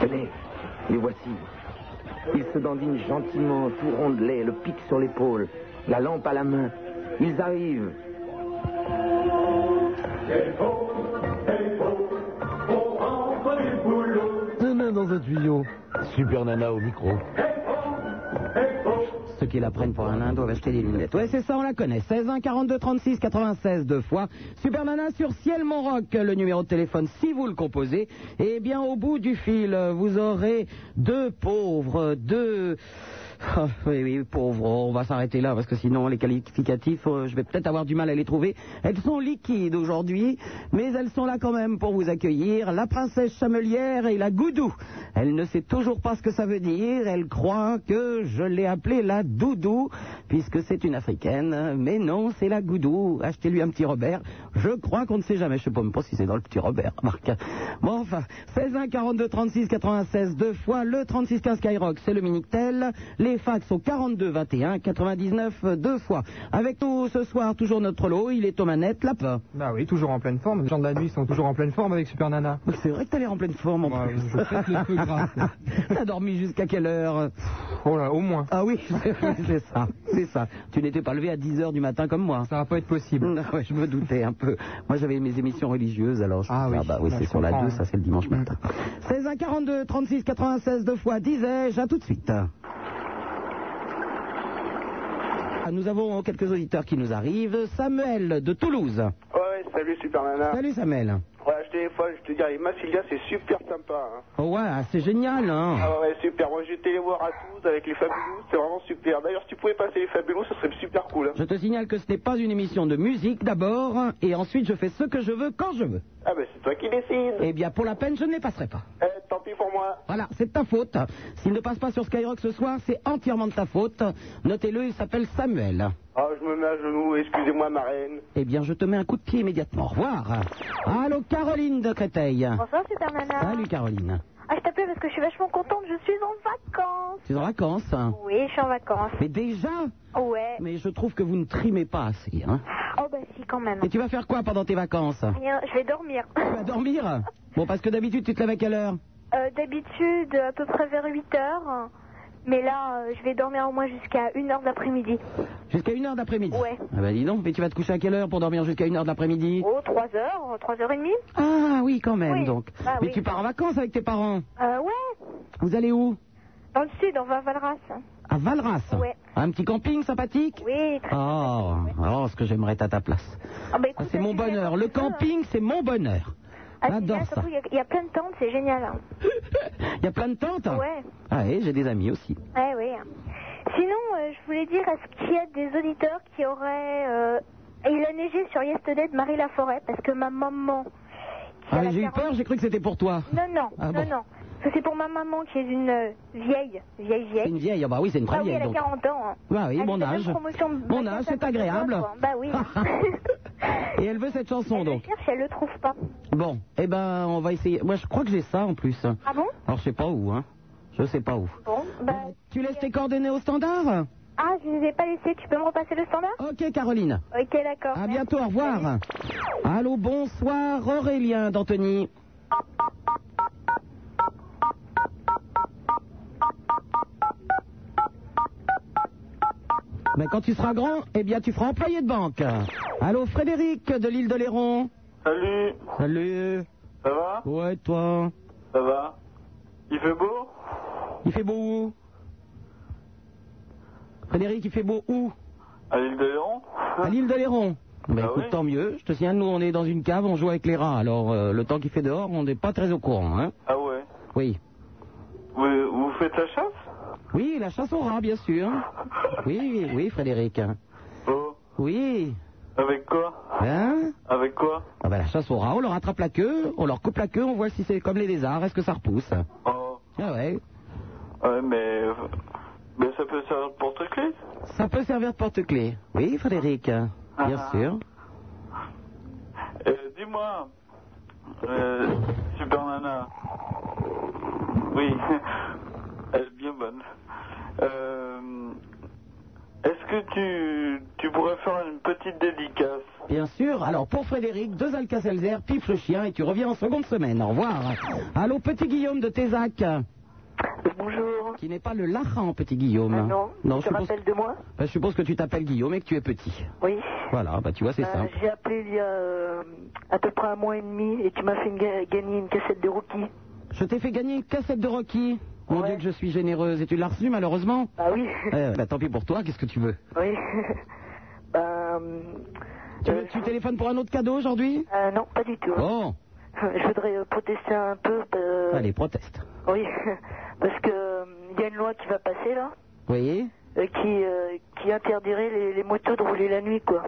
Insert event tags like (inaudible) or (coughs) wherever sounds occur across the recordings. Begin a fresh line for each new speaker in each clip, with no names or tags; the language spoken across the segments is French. Tenez, les voici. Ils se dandinent gentiment, tout rondelés, le pic sur l'épaule, la lampe à la main. Ils arrivent.
Nanas dans un tuyau. Super Nana au micro.
Ceux qui la prennent pour un nain doivent acheter des lunettes. Ouais, c'est ça, on la connaît. 16 1 42 36 96 deux fois. Super Nana sur Ciel Montroc, le numéro de téléphone si vous le composez. Et bien au bout du fil, euh, vous aurez deux pauvres, deux Ah, oui, oui, pauvres. On va s'arrêter là parce que sinon les qualificatifs, euh, je vais peut-être avoir du mal à les trouver. Elles sont liquides aujourd'hui, mais elles sont là quand même pour vous accueillir. La princesse chamelière et la goudou. Elle ne sait toujours pas ce que ça veut dire. Elle croit que je l'ai appelée la doudou, puisque c'est une africaine. Mais non, c'est la goudou. Achetez-lui un petit Robert. Je crois qu'on ne sait jamais. Je ne sais même pas si c'est dans le petit Robert, Marc. Bon, enfin, 16 1 42 36 96 deux fois. Le 36 15 Skyrock, c'est le Minitel. Les fax au 42 21 99 deux fois. Avec nous ce soir, toujours notre lot. Il est aux manettes, lapin.
Bah oui, toujours en pleine forme. Les gens de la nuit sont toujours en pleine forme avec Super Nana.
C'est vrai que t'as l'air en pleine forme en
Bah,
plus.
je fête le feu gras.
(laughs) T'as dormi jusqu'à quelle heure
Oh là, au moins.
Ah oui, (laughs) c'est ça, c'est ça. Tu n'étais pas levé à 10 heures du matin comme moi.
Ça va pas être possible.
Mm.
Non, ouais, je me doutais un peu. Moi, j'avais mes émissions religieuses, alors je
Ah oui,
bah oui,
là,
c'est
je
sur la
comprends,
2,
hein.
ça c'est le dimanche matin. 16 1 42 36 96 deux fois disais-je, à tout de suite. Ah, Nous avons quelques auditeurs qui nous arrivent. Samuel de Toulouse.
Ouais, salut Super Nana.
Salut Samuel.
Ouais, je téléphone, je te dis, Massilia, c'est super sympa. hein.
Oh ouais, c'est génial, hein.
Ah ouais, super. Moi, j'étais les voir à Toulouse avec les Fabulous, c'est vraiment super. D'ailleurs, si tu pouvais passer les Fabulous, ce serait super cool. hein.
Je te signale que ce n'est pas une émission de musique d'abord, et ensuite je fais ce que je veux quand je veux.
Ah ben, c'est toi qui décides.
Eh bien, pour la peine, je ne les passerai pas.
Eh, tant pis pour moi.
Voilà, c'est de ta faute. S'il ne passe pas sur Skyrock ce soir, c'est entièrement de ta faute. Notez-le, il s'appelle Samuel.
Ah, je me mets à genoux, excusez-moi, ma reine.
Eh bien, je te mets un coup de pied immédiatement. Au revoir. Allô, Caroline de Créteil.
Bonsoir, Super Nana.
Salut, Caroline.
Ah, je t'appelle parce que je suis vachement contente, je suis en vacances.
Tu es en vacances hein
Oui, je suis en vacances.
Mais déjà
Ouais.
Mais je trouve que vous ne trimez pas assez. Hein
Oh, bah si, quand même.
Et tu vas faire quoi pendant tes vacances
Rien, je vais dormir.
Tu vas dormir Bon, parce que d'habitude, tu te lèves à quelle heure
(laughs) Euh, D'habitude, à peu près vers 8 heures. Mais là, euh, je vais dormir au moins jusqu'à 1 heure de l'après-midi.
Jusqu'à 1h d'après-midi
Ouais.
Ah bah dis donc, mais tu vas te coucher à quelle heure pour dormir jusqu'à 1h de l'après-midi
Oh, 3 heures, 3 heures et demie
Ah oui, quand même,
Oui.
donc.
Ah
mais
oui.
tu pars en vacances avec tes parents
Euh, ouais.
Vous allez où
Dans le sud, on va à Valras.
À Valras
Ouais.
Un petit camping sympathique
Oui.
Oh, oh, ce que j'aimerais être à ta place.
Ah,
Ah,
bah, écoute,
c'est mon
tu viens
bonheur.
quand
Le
tu veux, hein.
camping, c'est mon bonheur.
Ah, c'est
J'adore
bien,
ça.
surtout, Il y a- il y, a plein de tentes, c'est génial. hein.
(laughs) Il y a plein de tentes
Ouais.
Ah oui, j'ai des amis aussi.
Ouais, oui. Sinon, euh, je voulais dire, est-ce qu'il y a des auditeurs qui auraient... euh, Il a neigé sur Yesterday de Marie-Laforêt, parce que ma maman... qui a
Ah, mais
la
j'ai eu
quarantaine-
peur, j'ai cru que c'était pour toi.
Non, non,
Ah,
non,
bon.
non. Parce que c'est pour ma maman qui est une euh, vieille, vieille,
C'est
vieille.
une vieille, ah bah oui, c'est une très
Ah oui,
vieille.
elle a
donc.
40 ans. hein.
Bah oui,
Elle
bon
fait même
âge.
promotion de
Bon
Black
âge,
Sabbath
c'est
que
agréable.
toi, hein. Bah oui.
(laughs)
(laughs)
Et elle veut cette chanson,
elle le
donc.
cherche, elle le trouve pas.
Bon, eh ben, on va essayer. Moi, je crois que j'ai ça en plus.
Ah bon
Alors, je sais pas où, hein. Je sais pas où.
Bon, bah...
Tu laisses tes coordonnées au standard
Ah, je les ai pas laissés, tu peux me repasser le standard
Ok, Caroline.
Ok, d'accord.
À
merci.
bientôt, au revoir. Allô, bonsoir, Aurélien d'Antony. Mais quand tu seras grand, eh bien, tu feras employé de banque. Allô, Frédéric de l'île de Léron.
Salut,
Salut.
ça va
Ouais, toi.
Ça va Il fait beau
Il fait beau où Frédéric, il fait beau où
À l'île de Léron
À l'île de Léron. Bah,
Ah
écoute,
oui
tant mieux. Je te signale, nous, on est dans une cave, on joue avec les rats. Alors, euh, le temps qu'il fait dehors, on n'est pas très au courant, hein
Ah ouais.
Oui.
Vous, vous faites la chasse
Oui, la chasse aux rats, bien sûr. Oui, oui, oui, Frédéric.
Oh,
Oui.
avec quoi
Hein
Avec quoi
ah bah, La chasse aux rats, on leur attrape la queue, on leur coupe la queue, on voit si c'est comme les lézards, est-ce que ça repousse
Oh,
Ah ouais.
ouais, mais... Mais ça peut servir pour truc
Ça peut servir de porte-clé. Oui, Frédéric. Bien
Ah.
sûr.
Euh, Dis-moi, euh, Super Nana. Oui, (laughs) elle est bien bonne. Euh, Est-ce que tu, tu pourrais faire une petite dédicace.
Bien sûr. Alors, pour Frédéric, deux Alka-Seltzer, pif le chien, et tu reviens en seconde semaine. Au revoir. Allô, petit Guillaume de Tézac,
Bonjour.
qui n'est pas le Lacan, petit Guillaume.
Ah non, tu
je
te
suppose,
rappelles de moi
bah, je suppose que tu t'appelles Guillaume et que tu es petit.
Oui.
Voilà, bah, tu vois, c'est
Euh,
simple.
J'ai appelé il y a euh, à peu près un mois et demi et tu m'as fait une ga- gagner une cassette de Rocky.
Je t'ai fait gagner une cassette de Rocky. Mon
Ouais.
Dieu, que je suis généreuse. Et tu l'as reçue,
(laughs)
malheureusement
Ah oui
Eh, Bah, tant pis pour toi, qu'est-ce que tu veux
Oui. (laughs) ben. euh,
tu, veux- tu téléphones pour un autre cadeau aujourd'hui
euh, non, pas du tout.
Bon,
(laughs) Je voudrais euh, protester un peu. euh,
Oh. allez, proteste.
Oui, (laughs) parce que euh, il y a une loi qui va passer là,
Oui
euh, qui, euh, qui interdirait les, les motos de rouler la nuit quoi.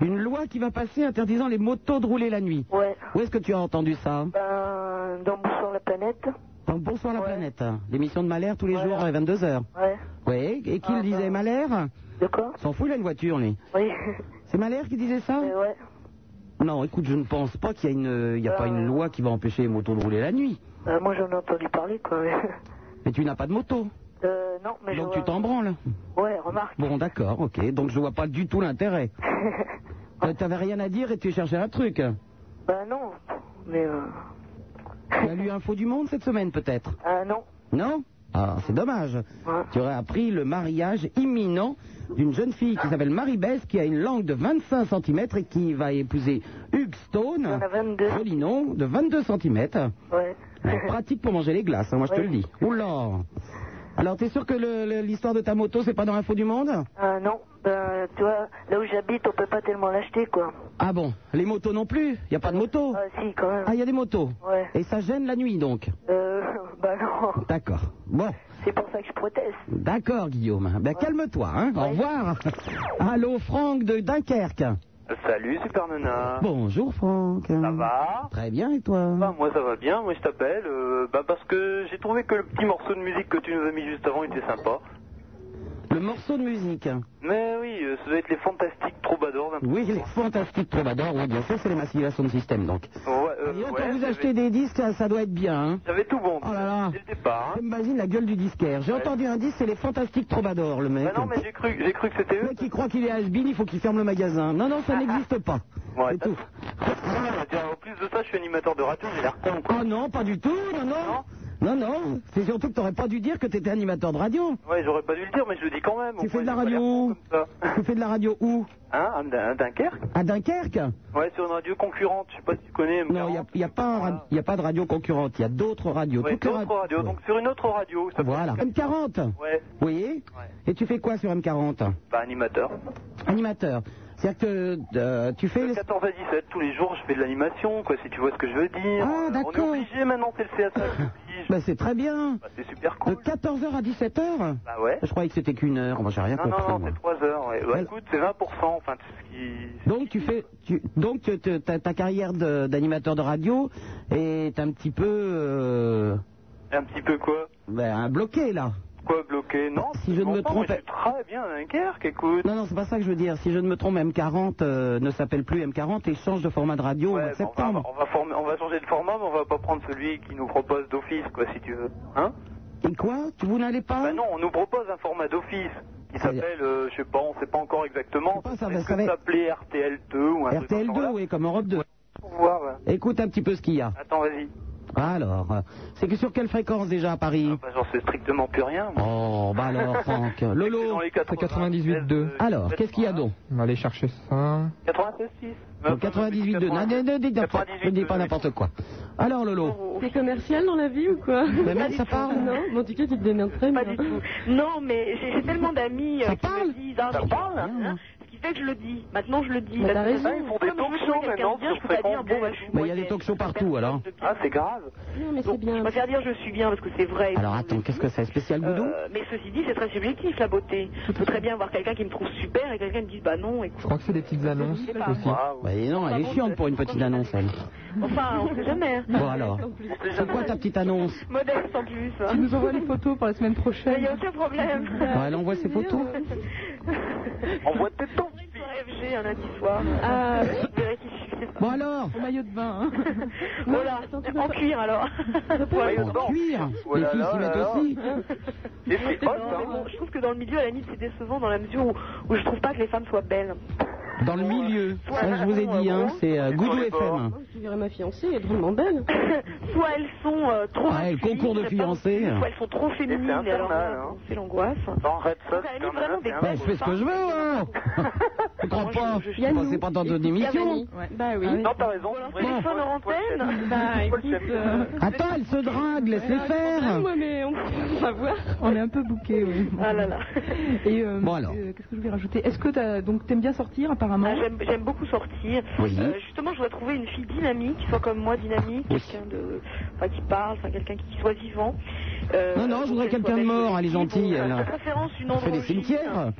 Une loi qui va passer interdisant les motos de rouler la nuit.
Ouais.
Où est-ce que tu as entendu ça
Ben, dans Bonsoir la planète.
Donc, bonsoir la
Ouais.
planète. L'émission de Malher tous les
Voilà.
jours à 22h.
Ouais.
Oui, et qui
Ah,
le disait
ben.
Malher
De quoi
S'en fout, il a une voiture, lui.
Oui. (laughs)
C'est Malher qui disait ça
Euh, ouais.
Non, écoute, je ne pense pas qu'il y a, une, il y a pas
Euh.
une loi qui va empêcher les motos de rouler la nuit.
Euh, moi j'en ai entendu parler quoi. (laughs)
Mais tu n'as pas de moto,
Euh, non, mais je
donc
vois-
tu t'en branles.
Ouais, remarque. (laughs)
Bon, d'accord, ok. Donc je vois pas du tout l'intérêt.
Ah.
Euh, T'avais rien à dire et tu cherchais un truc. Tu
Bah non, mais euh...
as lu Info du Monde cette semaine, peut-être
ah non.
Non Ah, c'est dommage.
Ouais.
Tu aurais appris le mariage imminent d'une jeune fille qui s'appelle Marie-Bess, qui a une langue de 25 cm et qui va épouser Hugues Stone,
en a 22.
joli nom, de 22 cm.
Ouais. (laughs)
pratique pour manger les glaces, hein, moi je te
Ouais.
le dis. Oula Alors, t'es sûr que le- le- l'histoire de ta moto, c'est pas dans l'info du monde
Ah non, ben tu vois, là où j'habite, on peut pas tellement l'acheter quoi.
Ah bon Les motos non plus Il a pas de moto
Ah si, quand même.
Ah, il y a des motos
Ouais.
Et ça gêne la nuit, donc
Euh, (laughs) bah non,
D'accord. Bon.
c'est pour ça que je proteste.
D'accord, Guillaume. Ben, calme-toi, hein. Au revoir. (laughs) Allô, Franck de Dunkerque.
Salut Super Nana.
Bonjour, Franck.
Ah. Ça va
Très bien, et toi
Bah, moi ça va bien, moi je t'appelle euh, bah, parce que j'ai trouvé que le petit morceau de musique que tu nous as mis juste avant était sympa.
Le morceau de musique.
Mais oui, euh, ça doit être les fantastiques troubadours. un peu.
Oui, les fantastiques troubadours. Oui, bien sûr, c'est les massifications de système, donc.
Ouais, euh,
D'ailleurs,
ouais,
quand vous
j'avais-
achetez des disques, ça, ça doit être bien, hein.
J'avais tout bon.
Oh là là.
Dès le départ. hein.
J'imagine la gueule du disquaire. J'ai entendu un disque, c'est les fantastiques troubadours, le mec.
Bah non, mais j'ai cru, j'ai cru que c'était
Le
eux.
mec qui croit qu'il est has il faut qu'il ferme le magasin. Non,
(laughs)
non, ça n'existe pas.
Ouais,
c'est tout.
Ah, tiens, En plus de ça, je suis animateur de radio, j'ai l'air con.
Oh non, pas du tout, non, non. Non, non, c'est surtout que t'aurais pas dû dire que t'étais animateur de radio.
Ouais, j'aurais pas dû le dire, mais Oh, je le dis quand même.
Tu
Au
fais de la
moins, j'ai pas
radio (laughs)
l'air con comme
Tu fais de la radio où
ça. Hein, à Dun- à Dunkerque
À Dunkerque
Ouais, sur une radio concurrente, je sais pas si tu connais.
Non, il n'y a, y a pas un ra- y a pas de radio concurrente, il y a d'autres radios.
Ouais,
Toutes les
d'autres
radios-
radios, donc sur une autre radio. Ça
Voilà.
peut-
M40
Ouais,
Vous voyez Et tu fais quoi sur M40
bah animateur.
Animateur. C'est-à-dire que euh, tu fais...
De 14 à 17, tous les jours, je fais de l'animation, quoi, si tu vois ce que je veux dire.
Ah,
Euh, On est
d'accord.
obligé maintenant, c'est le
(laughs)
CSA qui oblige.
Bah, c'est très bien.
Bah, c'est super
De
cool.
14h à 17h
Bah ouais.
Je croyais que c'était qu'une heure. Moi, j'ai rien
Non,
compris.
non, non,
moi.
c'est 3 heures. Ouais. Bah,
Voilà.
écoute, c'est 20%, enfin, c'est ce qui...
Donc, tu fais... Tu, donc, tu- tu- ta, ta carrière de- d'animateur de, radio est un petit peu... euh,
Un petit peu quoi
ben, bloqué, là.
Quoi bloqué Non,
Si je ne me
comprends,
trompe-
mais je suis très bien à Dunkerque, écoute.
Non, non, c'est pas ça que je veux dire. Si je ne me trompe, M40 euh, ne s'appelle plus M40 et change de format de radio au mois de
Ouais, bah, on, va,
septembre.
on, va former- on va changer de format, mais on va pas prendre celui qui nous propose d'office, quoi, si tu veux. Hein
Et quoi Tu- Vous n'allez pas
Bah non, on nous propose un format d'office qui
C'est-à-dire
s'appelle, euh, je sais pas, on sait pas encore exactement.
Je sais pas, ça va-
Est-ce
ça
que
va-
ça s'appelait RTL2 ou un truc dans ce
RTL2,
genre-là
oui, comme Europe 2.
Pour voir, ouais.
Écoute un petit peu ce qu'il y a.
Attends, vas-y.
Alors, euh, c'est que sur quelle fréquence déjà à Paris
Ah, bah, j'en sais strictement plus rien. moi.
Oh, bah alors, Franck.
C'est
Lolo
dans les 80,
98.2.
euh,
Alors, qu'est-ce qu'il y a donc
On va aller chercher ça.
96.6.
Donc, 98 de... Non, non, non, dis n'importe- ne dis pas n'importe quoi. Alors, Lolo
T'es commercial dans la vie ou quoi Ah,
Mais
(laughs)
merde, ça parle
Non, bon, en tout cas, tu te démerdes très
Pas
bien.
du tout. Non, mais j'ai j'ai tellement d'amis euh,
Ça
qui
parle
me disent ah,
Ça
je-
parle, hein.
Ce qui fait que je le dis. Maintenant, je le dis.
Mais
Parce
t'as
que
raison.
maintenant,
Ils font des
comme je
talk
suis
shows
quelqu'un de
maintenant
bien,
sur
je peux pas
fréquence
dire, bon, bah, je suis
Bah, il y a
moyenne,
des talk shows
je préfère
partout,
dire
alors.
je suis
Ah, c'est grave.
Non, mais c'est
Donc,
bien.
Je préfère dire je suis bien parce que c'est vrai.
Alors, attends, qu'est-ce que c'est Spécial
Euh,
Goudou
mais ceci dit, c'est très subjectif la beauté. Je peux très bien voir quelqu'un qui me trouve super et quelqu'un qui me dit bah non, écoute.
Je crois que c'est des petites annonces
sais pas.
aussi.
Waouh.
Bah, dis non, elle est chiante pour une petite annonce, elle.
Enfin, on sait
(laughs)
jamais. hein.
Bon, alors. C'est quoi ta petite annonce
Modeste en plus.
Tu
hein.
nous envoies les photos pour la semaine
Mais Il n'y
prochaine.
a aucun problème. (laughs)
Bon, Bah, Elle envoie ses photos
Envoie tes temps.
Sur FG un lundi soir.
Ah,
Vous verrez qui je suis. c'est ça.
Bon alors,
En maillot de bain. Hein.
Voilà,
attends, tu peux
en
pas-
cuir alors. Voilà.
Maillot de
en
bain.
cuir,
Oh
les
là
filles
là
s'y
là
mettent
là.
aussi.
Et c'est hot,
Non, mais
hein.
bon, je trouve que dans le milieu, à la limite, c'est décevant dans la mesure où, où je trouve pas que les femmes soient belles. (laughs)
Dans le milieu, ça je vous ai dit, hein, c'est euh,
Sur
Goudou
les bords.
FM.
Je verrai ma fiancée, elle est vraiment belle.
Oh, soit elles sont euh, trop.
Ah, et le
masculines,
concours de
je sais pas,
fiancées.
Soit elles sont trop féminines,
Et c'est
et alors là,
infernal, hein.
bon, c'est l'angoisse.
Dans Red Sox,
Ça a l'air
Bernard,
vraiment
c'est un
des-
Ben, je fais ce que je veux, hein Tu crois
Moi,
pas
je- je-
Bah, C'est pas dans ton émission
Yamani. Bah oui.
Non, t'as raison.
Téléphone en antenne.
(laughs)
Bah écoute, euh,
Attends, elle se drague, laisse-les faire
Ouais, mais
(laughs)
on va voir.
On est un peu bouqués, oui.
Ah
(laughs)
là là.
Et euh,
Bon, alors.
euh, qu'est-ce que je voulais rajouter Est-ce que t'as- donc t'aimes bien sortir apparemment
Ah, J'aime j'aime beaucoup sortir.
Oui.
Euh, justement, je dois trouver une fille dynamique, qui soit comme moi dynamique,
Oui.
quelqu'un de, enfin, qui parle, enfin, quelqu'un qui soit vivant. Euh,
Non, non, je voudrais
donc, qu'elle
quelqu'un
soit
de mort, elle
belle
est
aussi.
gentille,
Bon,
elle.
De préférence une
On fait
androgyne.
des cimetières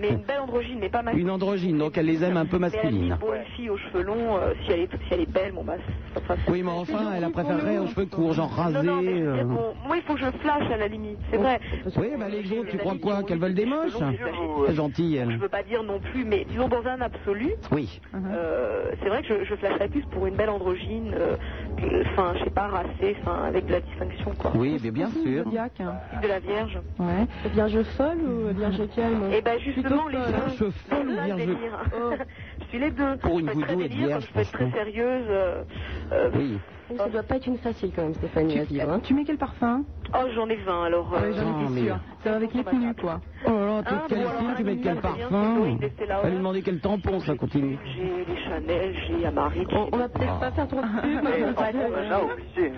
Mais une belle androgyne, mais pas masculine.
Une androgyne, donc elle les aime un peu
Mais elle dit,
masculines.
bon, une fille aux cheveux longs, euh, si, elle est, si elle est belle, bon bah, ça, ça, ça-
Oui, mais enfin, elle a préféré aux cheveux courts, genre rasés.
Non, non, mais je veux
euh.
dire, bon, moi, il faut que je flash à la limite, c'est vrai.
Oui, bah les autres, tu crois quoi Qu'elles veulent des moches C'est
Vous
gentil,
Je
elle.
veux pas dire non plus, mais disons dans un absolu,
Oui.
euh, c'est vrai que je, je flasherais plus pour une belle androgyne, euh, que- enfin, je sais pas, racée, enfin, avec de la distinction, quoi.
Oui, mais bien sûr.
Zodiac, hein.
De la Vierge.
Ouais.
Vierge Eh folle ou vierge calme
Et ben justement, les
folle.
deux.
Vierge folle ou
Là, le
vierge-
délire. Je suis les deux.
Pour une
Je peux être très
voodoo et
délire,
vierge,
Je peux être très
franchement.
sérieuse. euh, euh,
Oui.
Ça doit pas être une facile quand même, Stéphanie, à vivre. Hein.
Tu mets quel parfum
Oh, j'en ai 20 alors. euh,
Ouais, j'en
non,
étais
mais-
sûre. Ça va avec les tenues, quoi.
Oh là là,
Ah,
t'es quelle
bon, alors,
fille, tu mets
Annie,
quel
c'est bien, c'est
parfum
Loïc de Stella
Elle va lui
Hoff.
demander quel tampon, ça continue.
J'ai les Chanel, j'ai Amari.
On, on va peut-être pas faire trop de pub. mais on va dire-
Bah, obligé.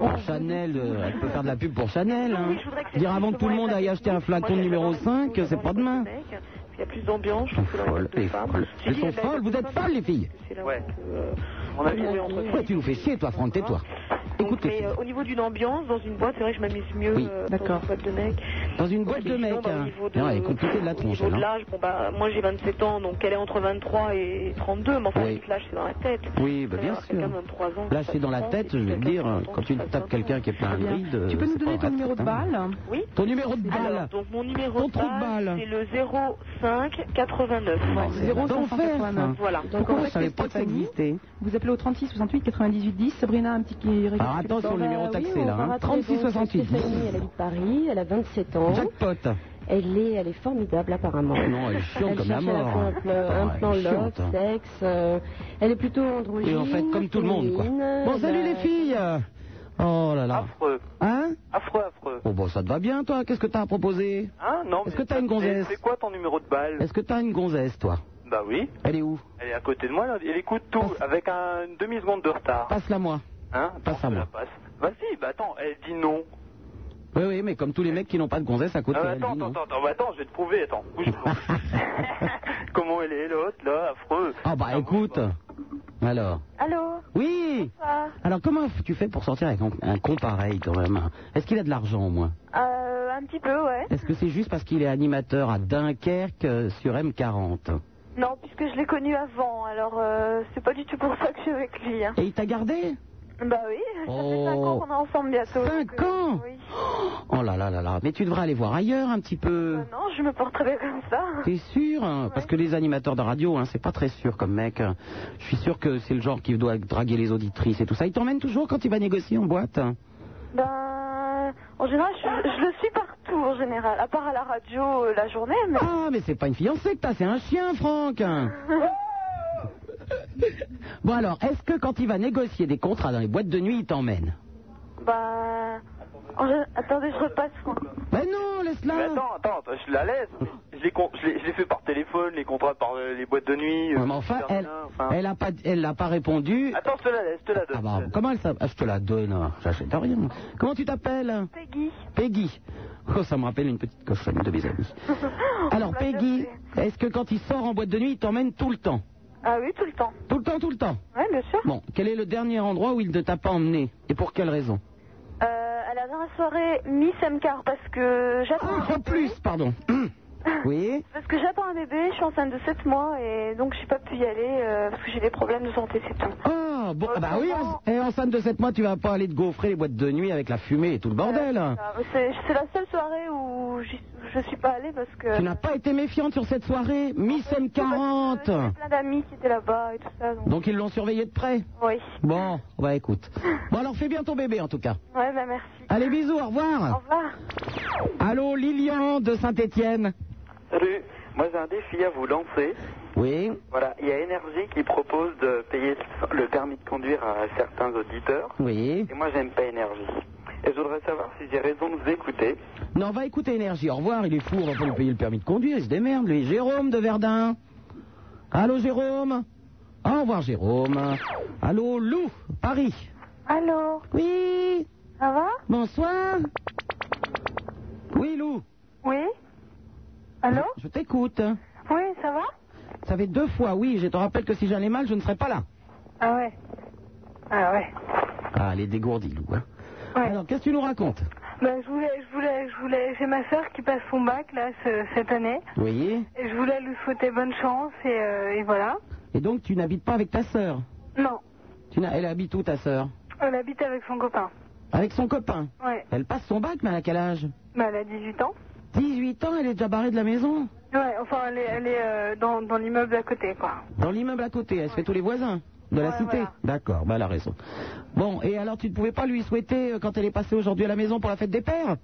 Oh, Chanel, euh, elle peut faire de la pub pour Chanel. Hein.
Oui, je voudrais que
Dire
ces
avant
filles
que tout le
soient
monde aille
avec
acheter
nous.
un flacon
Moi,
numéro
j'adore les
5,
filles,
c'est pas
j'adore les
demain.
mecs. Il y a plus d'ambiance, je trouve que dans les
Folle
boîtes de
et
femmes.
folle.
J'ai
C'est
dit,
ton
eh ben,
folle, vous êtes folle, les filles.
C'est là où
Ouais.
on peut, euh,
On a vu.
trouver entre
Pourquoi tu nous fais chier, toi, Franck, tais-toi.
Donc,
Écoute, les
mais,
filles.
euh, au niveau d'une ambiance, dans une boîte, c'est vrai que je m'amuse mieux
Oui,
euh, dans
d'accord.
une boîte de mecs.
Dans une boîte de mecs,
bah,
hein. Non, elle est compliquée de la
Au
tronche,
niveau
elle.
de
hein.
l'âge, bon, bah, moi j'ai 27 ans, donc elle est entre 23 et 32, mais enfin,
Oui.
avec l'âge, c'est dans la tête.
Oui, bah,
Il va y
bien
avoir
sûr.
quelqu'un de 23 ans qui
Là, c'est
passe
dans la
30,
tête,
et
je veux
quelqu'un
dire,
de 30
quand tu
qui passe
tapes
20 ans.
quelqu'un qui est pas un
Bien.
bride.
tu peux
euh,
nous
c'est
donner
pas
ton numéro de
certain.
balle
Oui.
Ton numéro de
Alors,
balle
donc mon numéro
Ah Ton
de
trou de balle.
balle, c'est le 05 89.
c'est d'enfer,
0589.
ça.
Voilà.
Donc
Pourquoi
en fait,
je savais
c'est
pas que ça
Stéphanie.
existait
Vous appelez au 36 68 98 10. Sabrina, un petit qui
Alors Ah, attends sur le numéro
Ah
taxé, là. hein. 36 68.
Stéphanie, elle habite Paris, elle a 27 ans.
Jackpot.
Elle est, elle est formidable apparemment.
Ah Non, elle est chiante
Elle
comme la
cherche à la
mort.
fois un plan- un
Ah,
plan
elle est
love,
chiante.
sexe. euh, elle est plutôt androgyne.
Et en fait, comme tout le monde, quoi.
féminine, euh,
Bon, salut
elle a-
les filles Oh là là.
Affreux.
Ah.
Hein
Affreux, affreux.
Bon, bon, ça te va bien, toi Qu'est-ce que t'as à proposer
Hein non,
Est-ce
mais-
que t'as une gonzesse
C'est quoi ton numéro de balle
Est-ce que t'as une gonzesse, toi
Bah oui.
Elle est où
Elle est à côté de moi, là. elle écoute tout, avec un, une demi-seconde de retard.
Passe-la moi.
Hein
Passe
Attends,
à
je
moi.
la passe. Vas-y, bah attends, elle dit non.
Oui, oui, mais comme tous les mecs qui n'ont pas de gonzesse à côté,
Ah, bah,
Euh,
elle
attends,
dit non.
attends, attends, attends, bah, attends, je vais te prouver, attends, bouge
(laughs)
pas. Comment elle est, l'autre, là, affreux.
Ah bah écoute Alors
Allô
Oui
Ah,
Alors comment f- tu fais pour sortir avec un, un con pareil, quand même Est-ce qu'il a de l'argent, au moins
euh, Un petit peu, ouais.
Est-ce que c'est juste parce qu'il est animateur à Dunkerque euh, sur M40
Non, puisque je l'ai connu avant, alors euh, c'est pas du tout pour ça que je suis avec lui. Hein.
Et il t'a gardé
Bah oui, ça fait 5 ans
Oh.
qu'on est ensemble bientôt.
Cinq
donc, euh,
ans
Oui.
Oh là là là là Mais tu devrais aller voir ailleurs un petit peu
Euh, non, je me porte très bien comme ça.
T'es sûr hein Parce que les animateurs de radio, hein, c'est pas très sûr comme mec. Je suis sûr que c'est le genre qui doit draguer les auditrices et tout ça. Il t'emmène toujours quand il va négocier en boîte hein
Ben, en général, je, je le suis partout, en général. À part à la radio euh, la journée, mais...
Ah, mais c'est pas une fiancée que t'as, c'est un chien, Franck Bon alors, est-ce que quand il va négocier des contrats dans les boîtes de nuit, il t'emmène
Ben... en gé- Attendez, je repasse. hein.
Ben non, laisse-la
Mais attends, attends, attends, je la laisse.
Ah.
Je l'ai con- je l'ai je l'ai fait par téléphone, les contrats par euh, les boîtes de nuit. euh,
Ouais, mais enfin,
etc.,
elle, elle a pas, elle n'a pas répondu.
Attends, je te la laisse, je te la donne.
Ah bah, comment elle s'appelle Ah, Je te la donne, j'achète rien. Comment tu t'appelles
Peggy.
Peggy. Oh, ça me rappelle une petite cochonne de mes amis. Alors, Peggy, est-ce que quand il sort en boîte de nuit, il t'emmène tout le temps
Ah oui, tout le temps.
Tout le temps, tout le temps
Ouais, bien sûr.
Bon, quel est le dernier endroit où il ne t'a pas emmené Et pour quelle raison
Euh, à la dernière soirée, Miss MCAR, parce que j'attends
Ah,
un
en
bébé.
plus, pardon. (coughs) oui
Parce que j'attends un bébé, je suis enceinte de 7 mois, et donc j'ai pas pu y aller, euh, parce que j'ai des problèmes de santé, c'est tout.
Ah, bon, ah bah oui,
Autrement-
en, et enceinte de 7 mois, tu vas pas aller te gaufrer les boîtes de nuit avec la fumée et tout le bordel.
Ah, mais C'est c'est la seule soirée où
où j'y- je suis pas allée parce que.
Tu n'as pas été méfiante sur cette soirée Miss
Parce que j'avais
M40
plein d'amis qui étaient là-bas et tout ça. Donc,
Donc ils l'ont surveillé de près
oui.
Bon, bah écoute. Bon alors fais bien ton bébé en tout cas.
Ouais, bah merci.
Allez bisous, au revoir.
Au revoir.
Allô Lilian de Saint-Étienne.
Salut, Euh, moi j'ai un défi à vous lancer.
Oui.
Voilà, il y a Énergie qui propose de payer le permis de conduire à certains auditeurs.
Oui.
Et moi j'aime pas Énergie. Et je voudrais savoir si j'ai raison de vous écouter.
Non, va écouter Énergie. Au revoir, il est fou, on va pas lui payer le permis de conduire, il se démerde, lui. Jérôme de Verdun. Allô, Jérôme Au revoir, Jérôme. Allô, Lou, Paris.
Allô
Oui
Ça va
Bonsoir. Oui, Lou
Oui Allô
Je t'écoute.
Oui, ça va
Ça fait deux fois, oui. Je te rappelle que si j'allais mal, je ne serais pas là.
Ah ouais. Ah ouais.
Ah, elle est dégourdie, Lou. hein. Alors, qu'est-ce que tu nous racontes
Ben, je voulais, je voulais, je voulais. J'ai ma sœur qui passe son bac là ce- cette année.
Oui.
Et je voulais lui souhaiter bonne chance et, euh, et voilà.
Et donc, tu n'habites pas avec ta sœur
Non,
Tu n'as- Elle habite où, ta sœur
elle habite avec son copain.
Avec son copain
Ouais.
Elle passe son bac, mais elle a quel âge
Ben, elle a 18 ans.
18 ans, elle est déjà barrée de la maison.
Ouais, enfin elle est, elle est euh, dans, dans l'immeuble à côté quoi.
Dans l'immeuble à côté, elle se fait tous les voisins de la
Ouais,
cité.
voilà.
D'accord, bah elle a raison. Bon, et alors tu ne pouvais pas lui souhaiter, euh, quand elle est passée aujourd'hui à la maison pour la fête des pères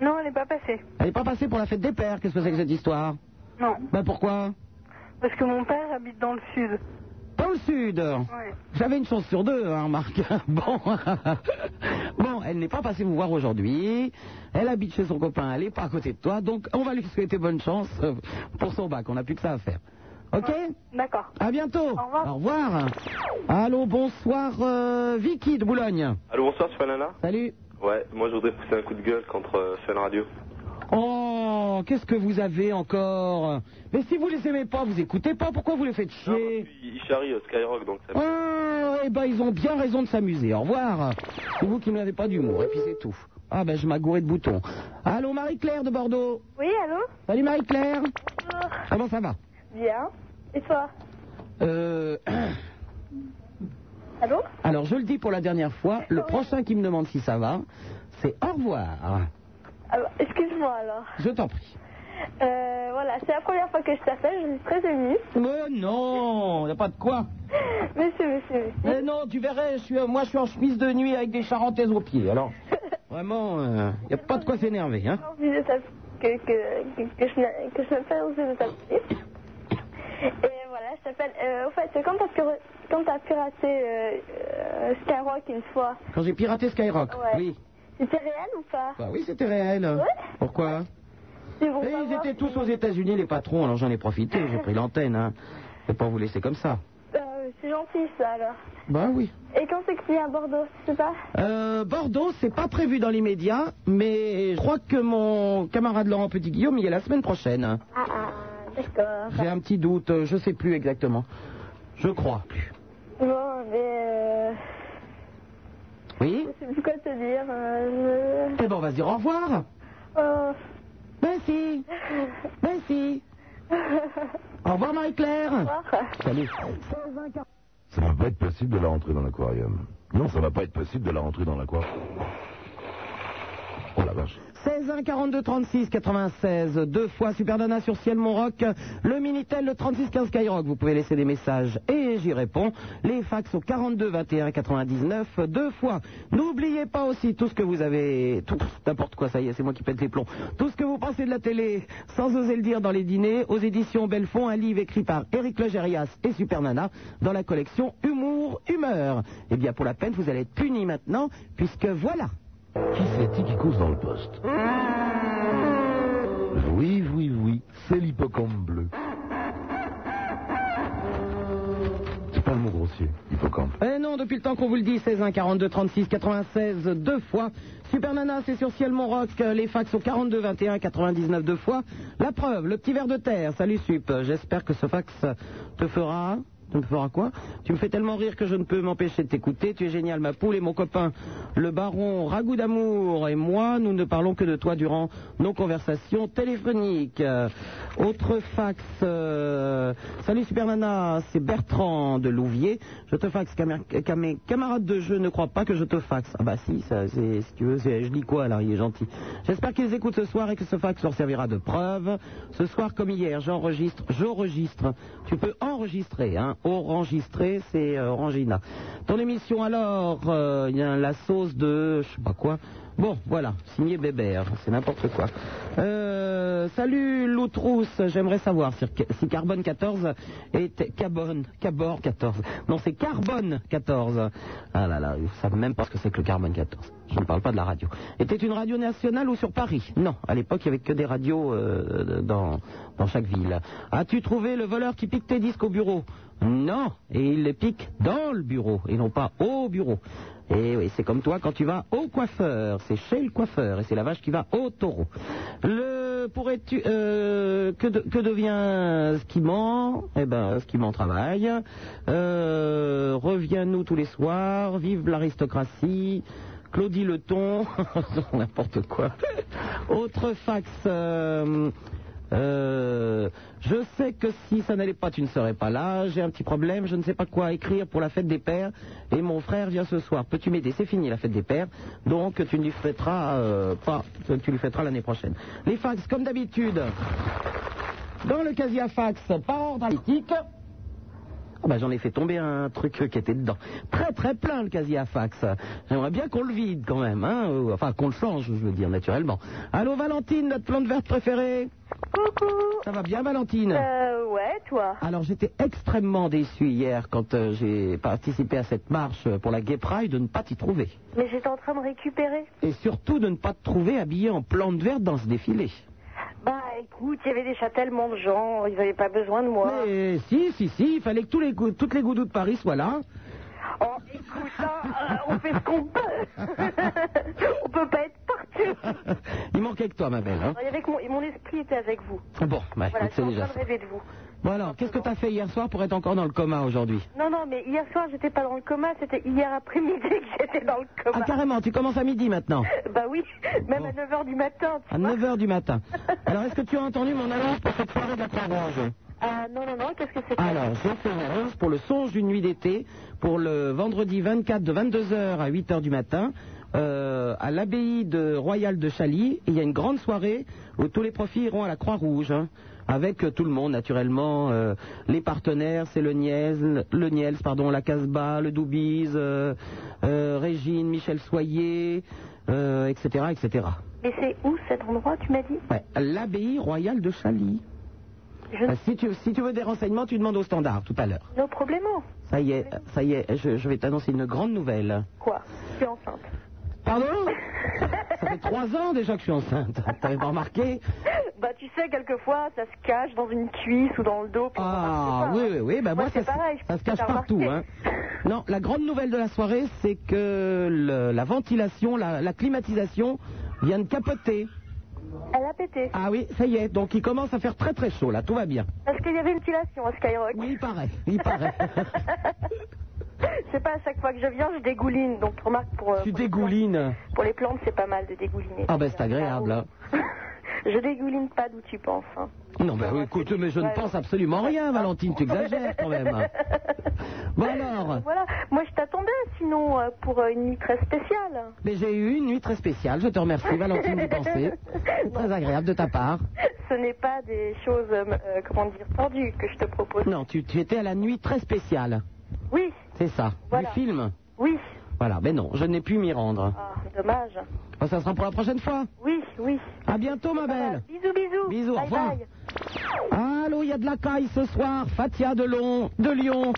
Non, elle n'est pas passée.
Elle n'est pas passée pour la fête des pères, qu'est-ce que c'est que cette histoire
Non,
Bah pourquoi
parce que mon père habite dans le sud.
Dans le sud
Ouais.
J'avais une chance sur deux, hein, Marc. (laughs) Bon. bon, elle n'est pas passée vous voir aujourd'hui. Elle habite chez son copain, elle n'est pas à côté de toi. Donc, on va lui souhaiter bonne chance euh, pour son bac. On n'a plus que ça à faire. OK
D'accord.
À bientôt. Au revoir. Allô, bonsoir, euh, Vicky de Boulogne.
Allô, bonsoir, Fanana.
Salut.
Ouais, moi je voudrais pousser un coup de gueule contre euh, Fun Radio.
Oh, qu'est-ce que vous avez encore Mais si vous les aimez pas, vous écoutez pas, pourquoi vous les faites chier
Ils ils charrient euh, Skyrock, donc ça.
Ah, eh ben, ils ont bien raison de s'amuser. Au revoir. C'est vous qui n'avez pas d'humour, et puis c'est tout. Ah, ben, je m'agourais de boutons. Allô, Marie-Claire de Bordeaux.
Oui, allô
Salut, Marie-Claire.
Bonjour.
Comment ça va
Bien. Et toi
Euh. (clears throat)
Allô
Alors, je le dis pour la dernière fois, le prochain qui me demande si ça va, c'est au revoir.
Alors, excuse-moi alors.
Je t'en prie.
Euh, voilà, c'est la première fois que je t'appelle, je suis très (laughs) émue.
Mais Euh, non, y a pas de quoi.
Monsieur, monsieur,
Mais non, tu verrais, je suis, euh, moi je suis en chemise de nuit avec des charentaises aux pieds. Alors, (laughs) vraiment, il n'y a pas de quoi s'énerver. Hein.
j'ai envie de t'app- que, que, que, que je n'a- que je n'ai pas osé de t'appeler. Et voilà, je t'appelle. Euh, au fait, quand t'as pir- quand t'as piraté euh, euh, Skyrock une fois,
Quand j'ai piraté Skyrock.
Ouais.
Oui.
c'était réel ou pas
Bah oui, c'était réel. Pourquoi
C'est bon,
Et
pas
Bah, Eh, ils
voir.
étaient tous aux États-Unis, les patrons, alors j'en ai profité, j'ai pris l'antenne. Hein. Je vais pas vous laisser comme ça.
Euh, c'est gentil ça alors.
Bah oui.
Et quand c'est que tu viens à Bordeaux, tu sais pas
Euh, Bordeaux, c'est pas prévu dans l'immédiat, mais je crois que mon camarade Laurent Petit-Guillaume y est la semaine prochaine.
Ah, ah, d'accord.
J'ai un petit doute, euh, je sais plus exactement. Je crois.
Bon, mais. Euh,
Oui
je sais plus quoi te dire. euh, je-
Eh ben, on va se dire au revoir.
Oh.
Ben si. Ben si. Au revoir Marie-Claire. Salut.
Ça va pas être possible de la rentrer dans l'aquarium. Non, ça va pas être possible de la rentrer dans l'aquarium. Oh la vache.
16 1 42 36 96 deux fois Super Nana sur Ciel Montroc le Minitel le 36 15 Skyrock vous pouvez laisser des messages et j'y réponds les fax au 42 21 99 deux fois n'oubliez pas aussi tout ce que vous avez tout n'importe quoi ça y est c'est moi qui pète les plombs tout ce que vous pensez de la télé sans oser le dire dans les dîners aux éditions Belfond un livre écrit par Éric Legérias et Super Nana dans la collection Humour Humeur et bien pour la peine vous allez être punis maintenant puisque voilà
Qui c'est qui cause dans le poste Oui, oui, oui, c'est l'hippocampe bleu. C'est pas le mot grossier, hippocampe.
Eh non, depuis le temps qu'on vous le dit, 16 1 42 36 96 deux fois. Super Nana, c'est sur Ciel Montroc. Les fax sont 42 21 99 deux fois. La preuve, le petit verre de terre. Salut Sup. J'espère que ce fax te fera Donc, il faudra quoi Tu me fais tellement rire que je ne peux m'empêcher de t'écouter. Tu es génial, ma poule. Et mon copain, le baron Ragout d'Amour et moi, nous ne parlons que de toi durant nos conversations téléphoniques. Euh, autre fax. euh, Salut, Super Nana. C'est Bertrand de Louvier. Je te faxe, camar- qu'à mes camarades de jeu ne croient pas que je te faxe. Ah bah si, ça, c'est- si tu veux, c'est- je dis quoi alors, il est gentil. J'espère qu'ils écoutent ce soir et que ce fax leur servira de preuve. Ce soir comme hier, j'enregistre, j'enregistre. Tu peux enregistrer, hein. Enregistrer, c'est euh, Orangina. Ton émission alors, euh, il y a la sauce de, je sais pas quoi. Bon, voilà, signé Bébert, c'est n'importe quoi. Euh, salut Loutrousse, j'aimerais savoir si, si Carbone 14 est Carbone, Cabor 14. Non, c'est Carbone 14. Ah là là, ils ne savent même pas ce que c'est que le Carbone 14. Je ne parle pas de la radio. Était une radio nationale ou sur Paris Non, à l'époque, il n'y avait que des radios euh, dans, dans chaque ville. As-tu trouvé le voleur qui pique tes disques au bureau Non, et il les pique dans le bureau et non pas au bureau. Et Eh oui, c'est comme toi quand tu vas au coiffeur, c'est chez le coiffeur et c'est la vache qui va au taureau. Le pourrais-tu euh, que, de- que devient ce qui ment Eh ben, ce qui ment travaille. Euh, Reviens-nous tous les soirs. Vive l'aristocratie. Claudie Leton, (laughs) n'importe quoi. Autre fax. euh, euh, je sais que si ça n'allait pas, tu ne serais pas là. J'ai un petit problème, je ne sais pas quoi écrire pour la fête des pères. Et mon frère vient ce soir. Peux-tu m'aider C'est fini la fête des pères. Donc tu ne lui fêteras euh, pas. Tu lui fêteras l'année prochaine. Les fax, comme d'habitude. Dans le casier à fax, par ordre alphabétique. Ah bah, J'en ai fait tomber un truc euh, qui était dedans. Très très plein le casier à fax. J'aimerais bien qu'on le vide quand même, hein. ou- Enfin qu'on le change, je veux dire, naturellement. Allô Valentine, notre plante verte préférée. Coucou. Ça va bien Valentine
Euh, ouais,
(laughs)
toi.
alors j'étais extrêmement déçu hier quand euh, j'ai participé à cette marche euh, pour la Gay Pride de ne pas t'y trouver.
Mais j'étais en train de récupérer.
Et surtout de ne pas te trouver habillé en plante verte dans ce défilé.
Bah écoute, il y avait déjà tellement de gens, ils n'avaient pas besoin de moi.
Mais si, si, si, il fallait que tous les, gou- toutes les goudous de Paris soient là. (laughs)
Oh, écoute, là, euh, on fait ce
(laughs)
qu'on peut. on peut pas être partout.
Il manquait que toi, ma belle. Hein
Il y avait que mon, mon esprit était avec vous.
bon, bah,
voilà,
écoute,
je suis
c'est
en train
déjà
de
ça.
rêver de vous.
Bon alors, qu'est-ce que t'as fait hier soir pour être encore dans le coma aujourd'hui
Non, non, mais hier soir, j'étais pas dans le coma, c'était hier après-midi que j'étais dans le
Ah
coma.
carrément, tu commences à midi maintenant,
(laughs) Bah oui, même à 9h du matin.
à 9h du
(laughs)
matin. Alors est-ce que tu as entendu mon alarme pour cette soirée de la Croix-Rouge
Ah non, non, non, qu'est-ce que c'est
Alors, j'ai fait une annonce pour le songe d'une nuit d'été, pour le vendredi 24 de 22h à 8h du matin, euh, à l'abbaye de Royale de Chaly. Et Il y a une grande soirée où tous les profits iront à la Croix-Rouge, hein, avec euh, tout le monde, naturellement. euh, les partenaires, c'est le Niels, le Niels, pardon, la Casbah, le Doubize, euh, euh, Régine, Michel Soyer, euh, etc., etc.
Mais c'est où cet endroit, tu m'as dit
Ouais, à l'abbaye Royale de Chaly. Euh, si, tu, si tu veux des renseignements, tu demandes au standard tout à l'heure.
Nos problèmes
Ça y est, ça y est, je, je vais t'annoncer une grande nouvelle.
Quoi Je suis enceinte.
Pardon Ça fait trois ans déjà que je suis enceinte. T'avais pas remarqué
Bah tu sais, quelquefois, ça se cache dans une cuisse ou dans le dos. puis on remarque
Ah
pas,
oui,
hein.
oui, oui, bah moi,
c'est
ça, se-
pareil, je
ça se cache
t'as remarqué.
partout. Hein. Non, la grande nouvelle de la soirée, c'est que le- la ventilation, la, la climatisation vient de capoter.
Elle a pété.
Ah oui, ça y est, donc il commence à faire très très chaud là, tout va bien.
Parce qu'il y avait une ventilation à Skyrock.
Oui, il paraît, il
(laughs)
paraît.
C'est pas à chaque fois que je viens, je dégouline. Donc remarque, pour, euh,
tu
pour les
dégoulines.
plantes- pour les plantes, c'est pas mal de dégouliner.
Ah ben c'est agréable. hein.
(laughs) Je dégouline pas d'où tu penses. hein.
Non, ben écoute, mais je ne pense absolument rien, Valentine, tu exagères quand
(laughs)
même. Bon alors,
Voilà, moi je t'attendais sinon euh, pour euh, une nuit très spéciale.
mais j'ai eu une nuit très spéciale, je te remercie Valentine d'y
(laughs)
penser. C'est très agréable de ta part.
Ce n'est pas des choses, euh, euh, comment dire, tordues que je te propose.
Non, tu, tu étais à la nuit très spéciale,
Oui,
c'est ça,
Voilà.
du film.
oui,
Voilà, mais non, je n'ai pu m'y rendre.
Ah, dommage.
Bon, ça sera pour la prochaine fois.
Oui, oui.
À bientôt ma belle.
Bisous, bisous.
Bisous, au
bye
revoir.
bye.
Allô, il y a de la caille ce soir, Fatia de Lon, de Lyon.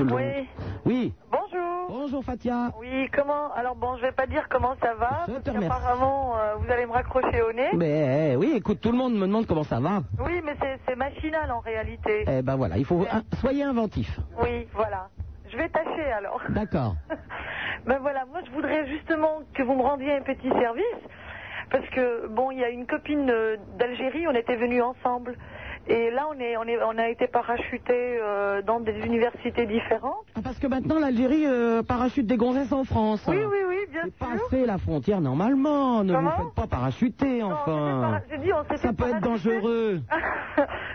Oui.
Oui.
Bonjour.
Bonjour Fatia.
Oui, comment Alors bon, je vais pas dire comment ça va,
Je te
parce
remercie.
qu'apparemment euh, vous allez me raccrocher au nez.
Mais eh, oui, écoute, tout le monde me demande comment ça va.
Oui, mais c'est- c'est machinal en réalité.
Eh ben voilà, il faut ah, soyez inventif.
Oui, voilà. Je vais tâcher alors.
(laughs)
D'accord.
Ben voilà, moi je voudrais justement que vous me rendiez un petit service, parce que bon, il y a une copine euh, d'Algérie, on était venus ensemble,
Et là, on, est, on, est, on a été parachuté euh, dans des universités différentes.
Ah, Parce que maintenant, l'Algérie euh, parachute des gonzesses en France.
Oui, oui, oui, bien sûr.
Passez la frontière normalement, ne
Comment
vous faites pas parachuter, enfin.
J'ai dit, on s'est
Ça
fait
peut être
parachuter-
dangereux.
(laughs)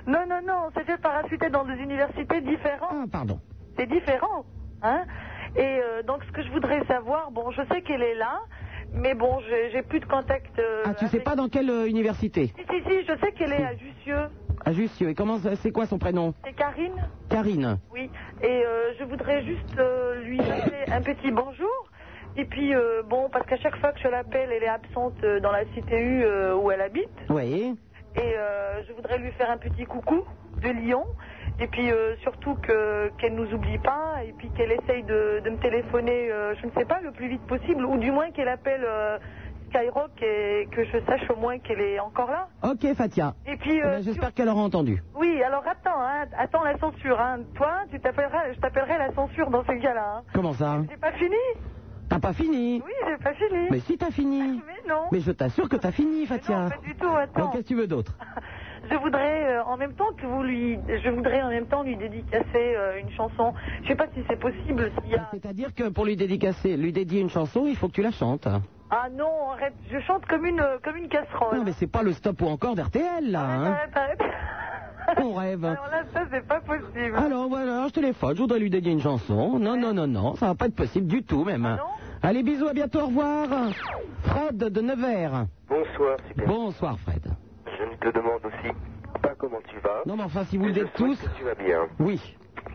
Non, non, non, on s'est fait parachuter dans des universités différentes. Ah,
pardon.
C'est différent, hein Et euh, donc, ce que je voudrais savoir, bon, je sais qu'elle est là, mais bon, j'ai j'ai plus de contact. euh,
Ah, tu sais
avec-
pas dans quelle euh, université
Si, si, si, je sais qu'elle est à Jussieu.
Ah, Jussieu. Et comment, ça- c'est quoi son prénom
C'est Karine
Karine.
Oui, et euh, je voudrais juste euh, lui passer un petit bonjour. Et puis, euh, bon, parce qu'à chaque fois que je l'appelle, elle est absente euh, dans la CTU euh, où elle habite.
Oui.
Et euh, je voudrais lui faire un petit coucou de Lyon. Et puis, euh, surtout que- qu'elle nous oublie pas. Et puis, qu'elle essaye de, de me téléphoner, euh, je ne sais pas, le plus vite possible. Ou du moins qu'elle appelle euh, Skyrock et que je sache au moins qu'elle est encore là.
Ok, Fatia.
Et puis,
Eh ben,
euh,
J'espère qu'elle aura entendu.
Oui, alors attends, hein, attends la censure. Hein. Toi, tu t'appelleras, je t'appellerai la censure dans ces cas-là. Hein.
Comment ça
J'ai pas fini
T'as pas fini
Oui, Ah, j'ai pas fini.
Mais si t'as fini.
Mais non.
Mais je t'assure que t'as fini, Fatia.
Pas du tout, attends.
Donc, qu'est-ce que tu veux d'autre
Je voudrais euh, en même temps que vous lui, je voudrais en même temps lui dédicacer euh, une chanson. Je sais pas si c'est possible. S'il y a...
Ah, C'est-à-dire que pour lui dédicacer, lui dédier une chanson, il faut que tu la chantes.
Ah non, arrête, je chante comme une euh, comme une casserole.
Non, mais c'est pas le stop ou encore d'RTL, là. hein.
Arrête, arrête.
On rêve.
Alors là, ça c'est pas possible.
Alors voilà, je téléphone, je voudrais lui dédier une chanson. Non, non, non, non, ça va pas être possible du tout même. Allez, bisous, à bientôt, au revoir. Fred de Nevers.
Bonsoir, super.
Bonsoir, Fred.
Je ne te demande aussi pas comment tu vas.
Non, mais enfin, si vous le
Je
dites tous.
souhaite que Tu vas bien.
Oui.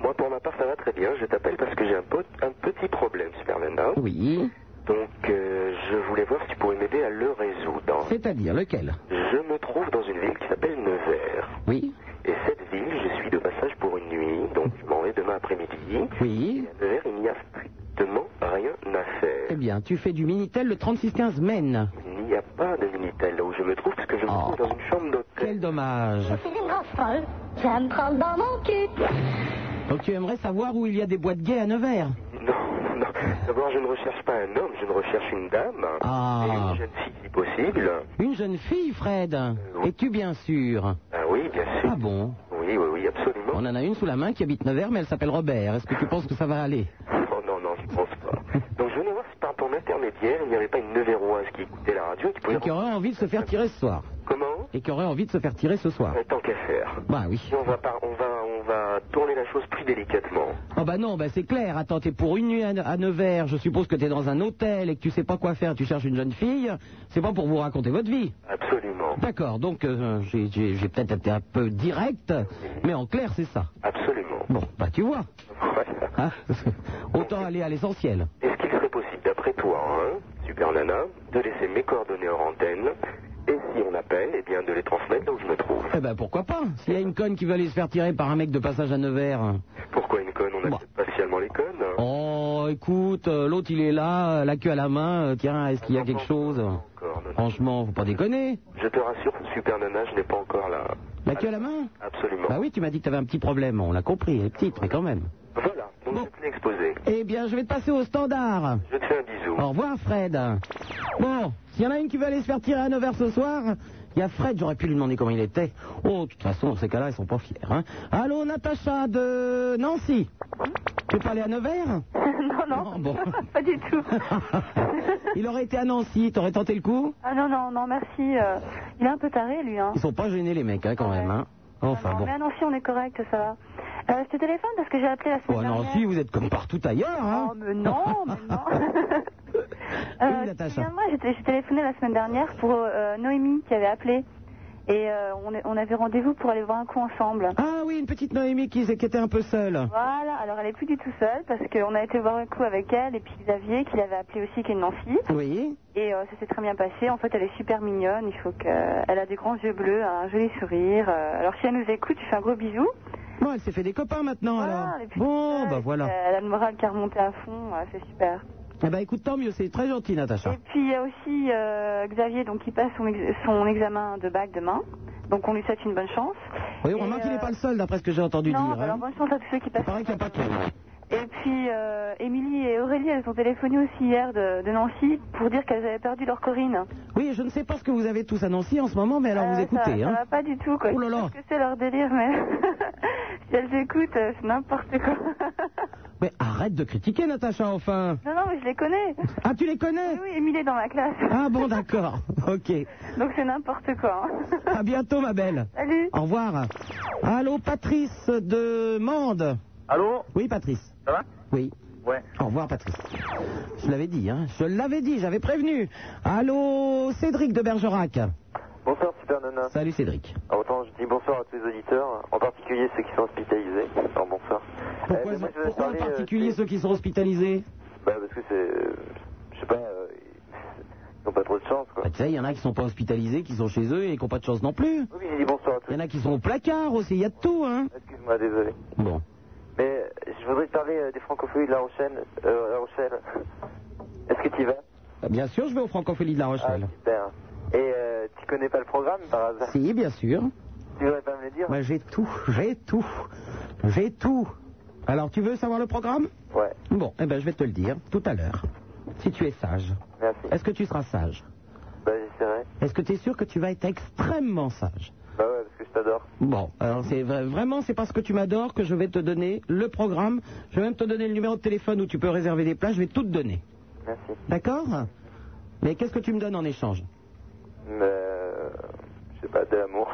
Moi, pour ma part, ça va très bien. Je t'appelle parce que j'ai un, pote- un petit problème, Superman.
Oui.
Donc, euh, je voulais voir si tu pourrais m'aider à le résoudre.
C'est-à-dire lequel
Je me trouve dans une ville qui s'appelle Nevers.
Oui.
Et cette ville, je suis de passage pour une nuit, donc je m'en vais demain après-midi.
Oui.
Et à Nevers, il n'y a strictement rien à faire.
Eh bien, tu fais du Minitel le 3615 Maine. Oh,
Il n'y a pas de Minitel là où je me trouve parce que je me trouve dans une chambre d'hôtel.
Quel dommage.
une grosse folle. Ça va me prendre dans mon cul.
Donc tu aimerais savoir où il y a des boîtes gays à Nevers
(laughs) Non, non. D'abord, je ne recherche pas un homme, je ne recherche une dame. Et
Ah.
une jeune fille si possible.
Une jeune fille, Fred. Es-tu bien sûr
Ah oui, bien sûr.
Ah bon
Oui, oui, oui, absolument.
On en a une sous la main qui habite Nevers, mais elle s'appelle Robert. Est-ce que tu penses que ça va aller
Oh non, non, je ne pense pas. Donc, je venais voir si par ton intermédiaire, il n'y avait pas une Nevéroise qui écoutait la radio et qui pouvait.
Et qui aurait envie de se faire tirer ce soir.
Comment
Et qui aurait envie de se faire tirer ce soir.
Euh, Tant qu'à faire.
Bah oui.
On va, par- on, va, on va tourner la chose plus délicatement. (laughs)
Oh bah non, bah c'est clair. Attends, t'es pour une nuit à, Ne- à Nevers. Je suppose que t'es dans un hôtel et que tu sais pas quoi faire. Tu cherches une jeune fille. C'est pas pour vous raconter votre vie.
Absolument.
D'accord. Donc euh, j'ai- j'ai j'ai peut-être été un peu direct, mais en clair c'est ça.
Absolument.
Bon, bah tu vois.
Voilà.
Hein (laughs) Autant aller à l'essentiel.
Est-ce qu'il serait possible, d'après toi, hein, Super Nana, de laisser mes coordonnées hors antenne et si on appelle, eh bien, de les transmettre là où je me trouve
Eh ben pourquoi pas S'il y a une conne qui veut aller se faire tirer par un mec de passage à Nevers.
Pourquoi une conne On n'accepte pas spécialement les connes.
Oh, écoute, euh, l'autre il est là, euh, la queue à la main. euh, Tiens, est-ce qu'il y a quelque chose Franchement, faut pas déconner.
Je te rassure, Super Nana, je n'ai pas encore la...
La queue à la main
Absolument.
Bah oui, tu m'as dit que t'avais un petit problème. On l'a compris, elle est petite, mais quand même.
Voilà, donc je te l'ai exposé.
Eh bien, je vais te passer au standard.
Je te fais un bisou.
Au revoir, Fred. Bon, s'il y en a une qui veut aller se faire tirer à 9h ce soir, il y a Fred, j'aurais pu lui demander comment il était. Oh, de toute façon, dans ces cas-là, ils sont pas fiers. Hein. Allô, Natacha de Nancy Tu veux pas aller à Nevers
(laughs) non, non,
bon.
(laughs) pas du tout.
(laughs) Il aurait été à Nancy, t'aurais tenté le coup
Ah non, non, non, merci. euh, il est un peu taré, lui. Hein.
Ils sont pas gênés, les mecs, hein, quand même. Hein. Enfin,
Non,
bon.
Mais à Nancy, on est correct, ça va. Euh, je te téléphone parce que j'ai appelé la semaine
Bon, à
dernière.
Oh, Nancy, vous êtes comme partout ailleurs. Hein.
Oh, mais non, mais
(laughs)
non. (laughs) Euh,
Natacha.
souviens-moi, j'étais- j'ai téléphoné la semaine dernière pour euh, Noémie qui avait appelé. Et euh, on, est- on avait rendez-vous pour aller voir un coup ensemble.
Ah oui, une petite Noémie qui, qui était un peu seule.
Voilà, alors elle est plus du tout seule parce qu'on a été voir un coup avec elle et puis Xavier qui l'avait appelé aussi, qui est de Nancy.
Oui.
Et euh, ça s'est très bien passé. En fait, elle est super mignonne. Il faut que, elle a des grands yeux bleus, un joli sourire. Euh, Alors si elle nous écoute, je fais un gros bisou.
Bon, elle s'est fait des copains maintenant, alors.
et puis,
Bon, bah voilà.
Euh, elle a le moral qui a remonté à fond. Ouais, c'est super.
Eh ben écoute, tant mieux, c'est très gentil, Natacha.
Et puis il y a aussi euh, Xavier donc qui passe son, ex- son examen de bac demain. Donc on lui souhaite une bonne chance.
Oui, on remarque qu'il n'est pas le seul, d'après ce que j'ai entendu
euh, non,
dire.
bah alors
hein.
bonne chance à tous ceux qui passent.
Il paraît qu'il n'y a pas que lui.
Et puis, euh, Émilie et Aurélie, elles ont téléphoné aussi hier de, de Nancy pour dire qu'elles avaient perdu leur Corinne.
Oui, je ne sais pas ce que vous avez tous annoncé en ce moment, mais alors
Euh,
vous
ça,
écoutez.
ça
hein.
va pas du tout, quoi.
Oh là là.
Je sais pas ce que c'est leur délire, mais (laughs) si elles écoutent, euh, c'est n'importe quoi. (laughs)
Mais arrête de critiquer, Natacha,
(laughs)
enfin.
non, non, mais je les connais.
Ah, tu les connais
Oui, oui, Émilie est dans ma classe.
Ah bon, d'accord. (laughs) Ok.
Donc c'est n'importe quoi. hein. (laughs)
À bientôt, ma belle.
Salut.
Au revoir. Allô, Patrice de Mende.
Allô
Oui, Patrice.
Ça va
Oui.
Ouais.
Au revoir, Patrice. Je l'avais dit, hein. Je l'avais dit, j'avais prévenu. Allô, Cédric de Bergerac.
Bonsoir Super Nana.
Salut, Cédric.
Alors, autant je dis bonsoir à tous les auditeurs, en particulier ceux qui sont hospitalisés. Alors bonsoir.
Pourquoi,
mais moi, je voulais
pourquoi
parler,
en
euh,
particulier ceux qui sont hospitalisés
Bah parce que c'est... euh, Je sais pas, euh, ils n'ont pas trop de chance quoi.
Bah, Tu sais, il y en a qui sont pas hospitalisés, qui sont chez eux et qui n'ont pas de chance non plus.
Oui, j'ai dit bonsoir à tous.
Il y en a qui sont au placard aussi, il y a de tout, hein.
Excuse-moi, désolé.
Bon.
Mais euh, je voudrais te parler euh, des francophones de La Rochelle. Euh, la Rochelle. Est-ce que tu vas Ah,
Bien sûr, je vais au Francophonie de La Rochelle.
Super. Et euh, tu connais pas le programme par hasard
si, bien sûr.
Tu voudrais pas me le dire
Moi, j'ai tout, j'ai tout, j'ai tout. Alors, tu veux savoir le programme
Ouais.
Bon, eh ben, je vais te le dire tout à l'heure. Si tu es sage.
Merci.
Est-ce que tu seras sage
Bah j'essaierai.
Est-ce que tu es sûr que tu vas être extrêmement sage
Bah ouais, parce que je t'adore.
Bon, alors c'est vra- vraiment c'est parce que tu m'adores que je vais te donner le programme. Je vais même te donner le numéro de téléphone où tu peux réserver des places. Je vais tout te donner.
Merci.
D'accord Mais qu'est-ce que tu me donnes en échange
Mais, euh, je sais pas, de l'amour.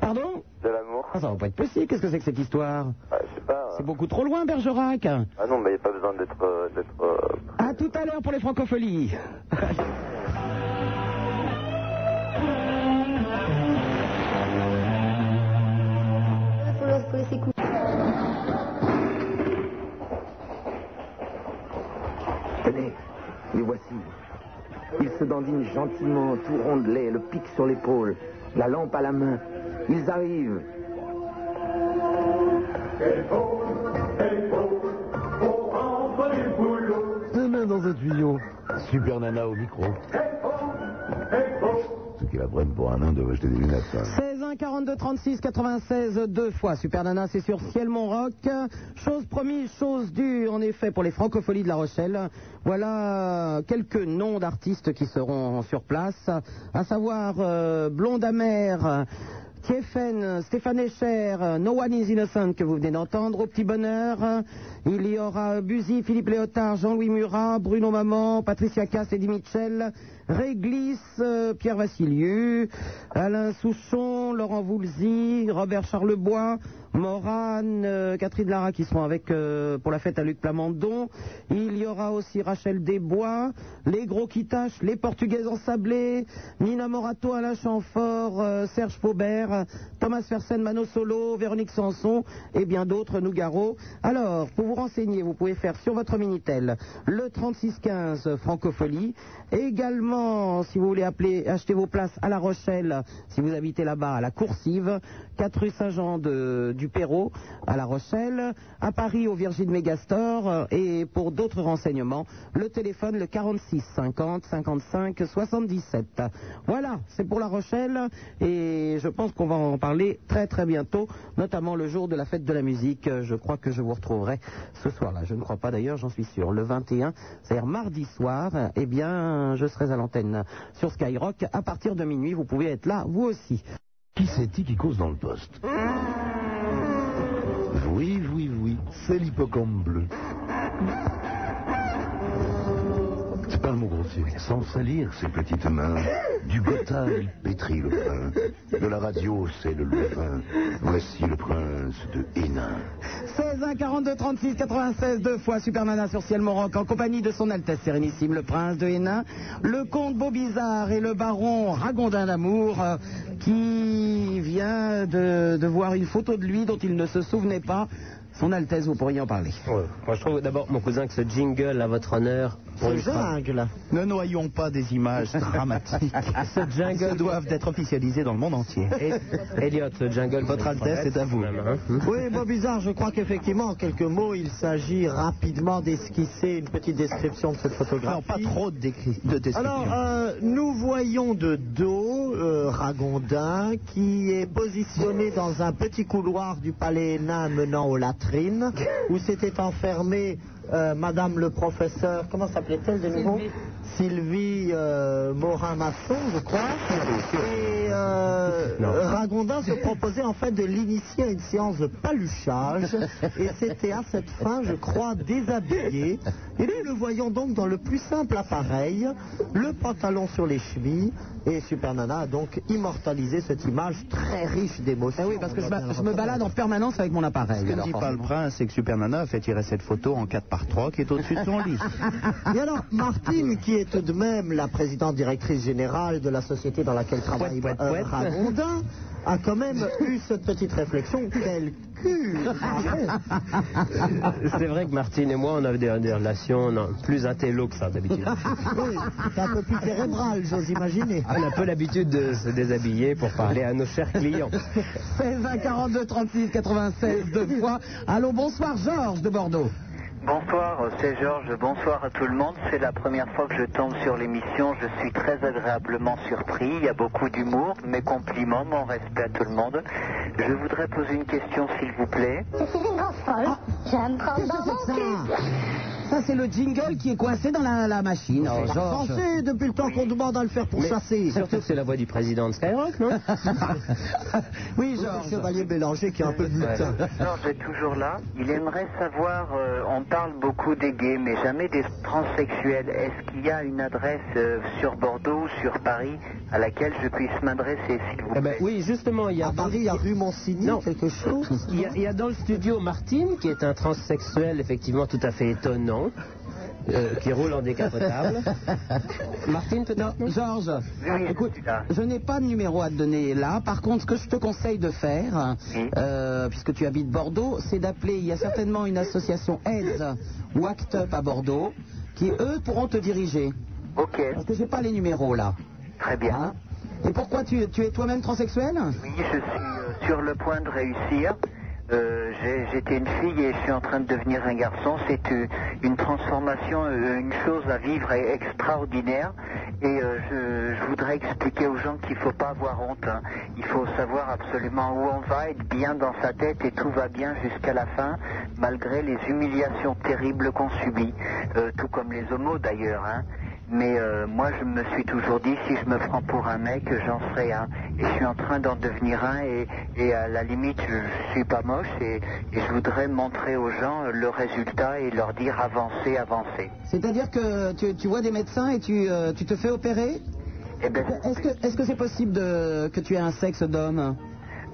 Pardon
De l'amour.
Ah, ça va pas être possible. Qu'est-ce que c'est que cette histoire
Ah, je sais pas.
C'est beaucoup trop loin, Bergerac.
Ah non, mais y a pas besoin d'être. euh, d'être euh,
À tout à l'heure pour les francopholies.
Tenez, les voici. Ils se dandinent gentiment, tout rondelés, le pic sur l'épaule, la lampe à la main. Ils arrivent.
Des mains dans un tuyau. Super Nana au micro. Ceux qui la prennent pour un nain doivent acheter des lunettes. hein.
16 1 42 36 96 deux fois. Super Nana, c'est sur Ciel Montroc. Chose promise, chose due, en effet, pour les francopholies de La Rochelle. Voilà euh, quelques noms d'artistes qui seront sur place, à savoir euh, Blonde Amère. euh, Tiefen, euh, Stéphane Echer, euh, No One is Innocent que vous venez d'entendre, au petit bonheur. euh, Il y aura Buzy, Philippe Léotard, Jean-Louis Murat, Bruno Maman, Patricia Cass, Eddie Mitchell, Réglis, euh, Pierre Vassilieu, Alain Souchon, Laurent Voulzy, Robert Charlebois, Morane, euh, Catherine Lara qui seront avec euh, pour la fête à Luc Plamondon. Il y aura aussi Rachel Desbois, les gros qui tâchent, les Portugais ensablés, Nina Morato, Alain Chamfort, euh, Serge Faubert, euh, Thomas Fersen, Mano Solo, Véronique Sanson et bien d'autres, Nougaro. Alors, pour vous renseigner, vous pouvez faire sur votre Minitel le 3615 Francophonie. Également, si vous voulez appeler, acheter vos places à La Rochelle, si vous habitez là-bas, à la Coursive, 4 rue Saint-Jean de- du Perrault, à La Rochelle, à Paris, au Virgin Megastore, euh, et pour d'autres renseignements, le téléphone le 46 50 55 77. Voilà, c'est pour La Rochelle, et je pense qu'on va en parler très très bientôt, notamment le jour de la fête de la musique. Euh, Je crois que je vous retrouverai ce soir-là. Je ne crois pas d'ailleurs, j'en suis sûr. Le 21, c'est-à-dire mardi soir, euh, eh bien, je serai à l'antenne sur Skyrock. À partir de minuit, vous pouvez être là, vous aussi.
Qui c'est-il qui cause dans le poste Oui, oui, oui, c'est l'hippocampe bleu. C'est pas un mot grossier. Sans salir ses petites mains, du gotha il pétrit le pain, de la radio c'est le levain. Voici le prince de Hénin.
16 1 42 36 96 deux fois Superman sur ciel Moroc en compagnie de son Altesse Sérénissime le Prince de Hénin, le comte Beaubizarre et le baron Ragondin d'Amour euh, qui vient de, de voir une photo de lui dont il ne se souvenait pas. Son Altesse, vous pourriez en parler.
Ouais. Moi, je trouve d'abord, mon cousin, que ce jingle, à votre honneur,
pour les femmes. Ne noyons pas des images dramatiques.
Ce jungle-
Elles doivent être officialisées dans le monde entier.
(laughs)
Elliot, ce jungle.
Votre Altesse est à vous. hein.
Oui, bon bizarre, je crois qu'effectivement, en quelques mots, il s'agit rapidement d'esquisser une petite description de cette photographie.
Non, pas trop de, décri- de description.
Alors, euh, nous voyons de dos euh, Ragondin qui est positionné dans un petit couloir du palais nain menant aux latrines, où s'était enfermée euh, Madame le professeur, comment s'appelait-elle de nouveau Sylvie euh, Morin-Masson, je crois. Et euh, Ragondin se proposait en fait de l'initier à une séance de paluchage. Et c'était à cette fin, je crois, déshabillé. Et nous le voyons donc dans le plus simple appareil, le pantalon sur les chevilles. Et Super Nana a donc immortalisé cette image très riche d'émotions. oui,
parce que je me- je me balade
en permanence avec mon appareil.
Ce que ne dit pas le prince, c'est que Super Nana a fait tirer cette photo en 4 par 3 qui est au-dessus de
(laughs)
son lit.
Et alors, Martine, qui est tout de même la présidente directrice générale de la société dans laquelle travaille
Pouette, pouette,
euh,
pouette.
Ragondin, a quand même eu cette petite réflexion. Quel cul
C'est vrai que Martine et moi, on avait des, des relations non, plus intello que ça d'habitude.
Oui, c'est un peu plus cérébral, j'ose imaginer.
On a un peu l'habitude de se déshabiller pour parler à nos chers clients.
16 1 42 36 96 deux fois. Allô, bonsoir Georges de Bordeaux.
Bonsoir, c'est Georges, bonsoir à tout le monde. C'est la première fois que je tombe sur l'émission, je suis très agréablement surpris, il y a beaucoup d'humour, mes compliments, mon respect à tout le monde. Je voudrais poser une question s'il vous plaît.
Je suis une grosse folle. J'aime prendre dans mon cul.
Ça, c'est le jingle qui est coincé dans la, la machine.
Oh,
C'est
Georges.
censé
depuis le temps qu'on demande à le faire pour
Mais
chasser.
Surtout que c'est la voix du président de Skyrock, non
(laughs) Oui, Georges. Chevalier Bélanger qui est un peu mutin.
Georges est toujours là. Il aimerait savoir, euh, on parle beaucoup des gays, mais jamais des transsexuels. Est-ce qu'il y a une adresse euh, sur Bordeaux ou sur Paris à laquelle je puisse m'adresser s'il vous plaît
Eh ben Oui, justement, il y a.
À Paris, il y a rue Monsigny, quelque chose
Il y, a, il y a dans le studio Martine, qui est un transsexuel effectivement tout à fait étonnant, euh, qui roule
(laughs)
en décapotable. Martine, peut-être non
Georges, écoute, je n'ai pas de numéro à te donner là. Par contre, ce que je te conseille de faire, euh, puisque tu habites Bordeaux, c'est d'appeler. Il y a certainement une association AIDS ou Act Up à Bordeaux qui, eux, pourront te diriger.
Ok.
Parce que j'ai pas les numéros là.
Très bien.
Hein Et pourquoi tu, tu es toi-même transsexuel
Oui, je suis euh, sur le point de réussir. Euh, j'ai- J'étais une fille et je suis en train de devenir un garçon. C'est euh, une transformation, euh, une chose à vivre et extraordinaire. Et euh, je, je voudrais expliquer aux gens qu'il ne faut pas avoir honte. hein. Il faut savoir absolument où on va, être bien dans sa tête et tout va bien jusqu'à la fin, malgré les humiliations terribles qu'on subit, Euh, tout comme les homos d'ailleurs. hein. Mais euh, moi, je me suis toujours dit, si je me prends pour un mec, j'en serai un. Et je suis en train d'en devenir un. Et, et à la limite, je, je suis pas moche. Et, et je voudrais montrer aux gens euh, le résultat et leur dire avancez, avancez.
C'est-à-dire que tu, tu vois des médecins et tu, euh, tu te fais opérer
Eh ben,
Est-ce que est-ce que c'est possible de- que tu aies un sexe d'homme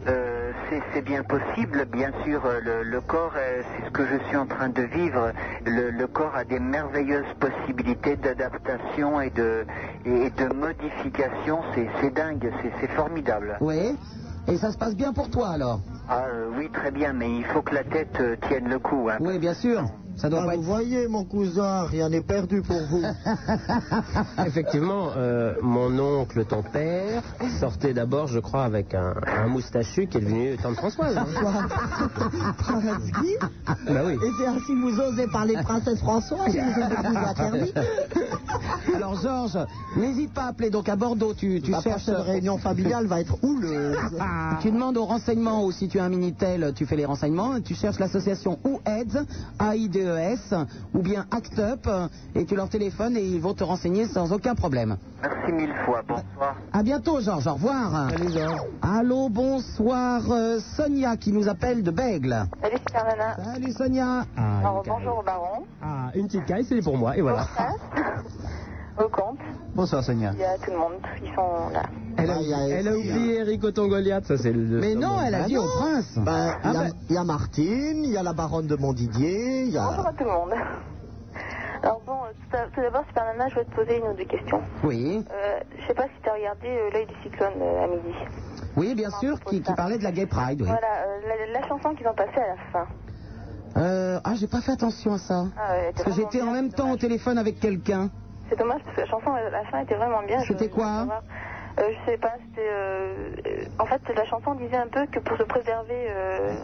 Euh, c'est- c'est bien possible, bien sûr. euh, Le, le corps, euh, c'est ce que je suis en train de vivre. Le, le corps a des merveilleuses possibilités d'adaptation et de, et de modification. C'est- C'est dingue, c'est- c'est formidable.
Oui. Et ça se passe bien pour toi alors
Ah euh, oui, très bien, mais il faut que la tête euh, tienne le coup. Hein.
Oui, bien sûr. Ça doit
Ah, Vous voyez, mon cousin, rien n'est perdu pour vous.
Effectivement, euh, mon oncle, ton père, sortait d'abord, je crois, avec un, un moustachu qui est devenu tante Françoise. hein.
Polanski
Bah oui.
Et c'est ainsi que vous osez parler princesse Françoise, vous êtes vous interdit.
(laughs) Alors Georges, n'hésite pas à appeler. Donc à Bordeaux, tu, tu
La
cherches...
prochaine réunion familiale va être houleuse. bah.
Tu demandes aux renseignements ou si tu as un Minitel, tu fais les renseignements. Tu cherches l'association ou AIDS, AIDS, E ou bien ACT UP, et tu leur téléphones et ils vont te renseigner sans aucun problème.
Merci mille fois. Bonsoir.
À bientôt, Georges. Au revoir. Allô, bonsoir. euh, Sonia qui nous appelle de Bègle.
Salut Supermana.
Salut Sonia.
Alors, bonjour au baron,
Ah, une petite caille, c'est pour moi, et voilà.
au comte,
Bonsoir Sonia.
il y a tout le monde, ils sont là.
Elle a, elle a oublié Eric Goliath, ça c'est le.
Mais non, elle a
bah
dit au
prince.
Il y, a- il y a Martine, il y a la baronne de Montdidier, il y a...
Bonjour à tout le monde. Alors bon, euh, tout, à- tout d'abord Supermana, je vais te poser une ou deux questions.
Oui.
Euh, je sais pas si tu as regardé euh, l'œil du cyclone euh, à midi.
Oui, bien sûr, qui, qui parlait de la Gay Pride. Oui.
Voilà, euh, la, la chanson qu'ils ont passée à la fin.
Euh,
euh, ah, j'ai pas fait attention à ça.
Ah ouais, elle était
parce que
vraiment
j'étais en
bien,
même temps au téléphone avec quelqu'un.
C'est dommage parce que la chanson à la fin était vraiment bien. Je-
C'était
je
quoi
voulais savoir. Euh, Je sais pas, c'était. euh, euh, En fait, la chanson disait un peu que pour se préserver. euh,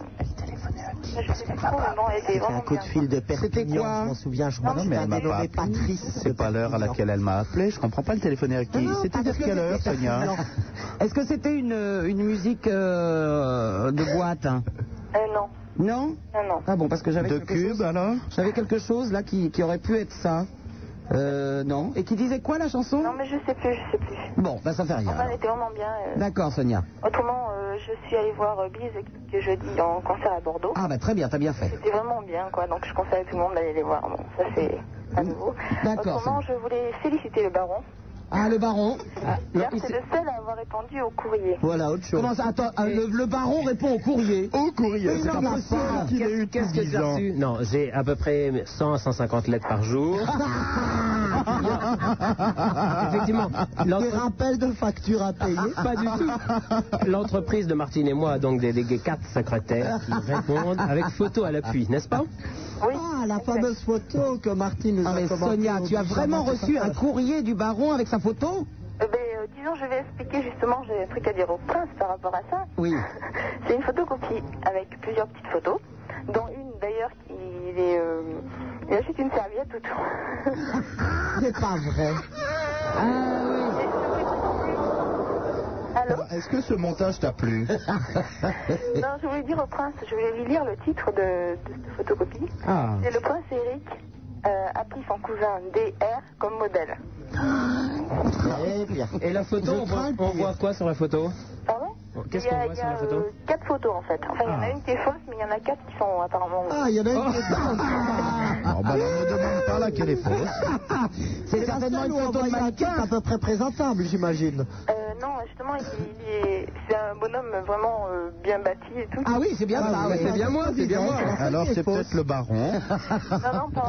Je sais plus trop, mais bon, elle était
C'était un
vraiment
coup de
bien.
fil de Perpignan, je m'en souviens, je m'en
Non, mais elle m'a pas
souviens.
appelé.
Patrice.
C'est pas l'heure à laquelle elle m'a appelé. Je comprends pas le téléphone avec qui. C'était vers quelle heure, Sonia
Est-ce que c'était une, une musique euh, de boîte hein
non.
Non Ah bon, parce que j'avais
De
quelque chose- J'avais quelque chose là qui, qui aurait pu être ça. Euh, non. Et qui disait quoi la chanson
Non, mais je sais plus, je sais plus.
Bon, bah ça fait rien.
Enfin,
alors.
elle était vraiment bien. euh.
D'accord, Sonia.
Autrement, euh, je suis allée voir euh, Bise que jeudi en concert à Bordeaux.
Ah bah très bien, t'as bien fait.
C'était vraiment bien, quoi. Donc, je conseille à tout le monde d'aller les voir. Bon, ça, c'est
Mm.
à nouveau.
D'accord,
Autrement, je voulais féliciter le baron.
Ah, le baron. Ah,
Car c'est le seul à avoir répondu au courrier.
Voilà, autre chose. Comment ça Attends,
euh,
ah, le, le baron répond au courrier.
Au courrier,
c'est pas possible qu'il ait eu
Qu'est-ce que j'ai reçu Non, j'ai à peu près 100 à 150 lettres par jour. (laughs) Effectivement.
Des rappels de factures à
Ah,
payer
Pas du tout. L'entreprise de Martine et moi a donc délégué quatre secrétaires qui répondent avec photo à l'appui, n'est-ce pas
Ah, la fameuse photo que Martine nous
Ah,
a
mais
commentée
Sonia,
au
tu as
bout de
vraiment
sa main.
reçu un courrier du baron avec sa photo
Eh ben, euh, disons, je vais expliquer justement, j'ai un truc à dire au prince par rapport à ça.
Oui.
C'est une photocopie avec plusieurs petites photos, dont une d'ailleurs qui il est. euh, il a juste une serviette autour. (laughs)
Ah,
C'est pas vrai. Ah,
Est-ce que ce montage t'a
(laughs)
plu
non, je voulais dire au prince, je voulais lui lire le titre de, de cette photocopie.
Ah.
C'est le prince Eric euh, a pris son cousin DR comme modèle.
Et la photo, on voit, on voit quoi sur la photo
Pardon
Oh, Qu'est-ce
Il y
qu'on
a-
voit
il y
sur
a,
la photo Ah.
euh, Quatre photos en fait. Enfin, il y en a une qui est fausse, mais il y en a quatre qui sont apparemment.
Ah, il y en a une
Oh.
qui est
fausse.
Alors, bah, ne me demande pas laquelle est fausse.
(laughs) C'est certainement une photo de mannequin à peu près présentable, j'imagine.
Euh, non, justement, il, il est, c'est un bonhomme vraiment euh, bien bâti et tout.
Ah oui, c'est bien ça, ouais, c'est bien moi, c'est bien moi.
(laughs) Alors, c'est peut-être le baron. (laughs)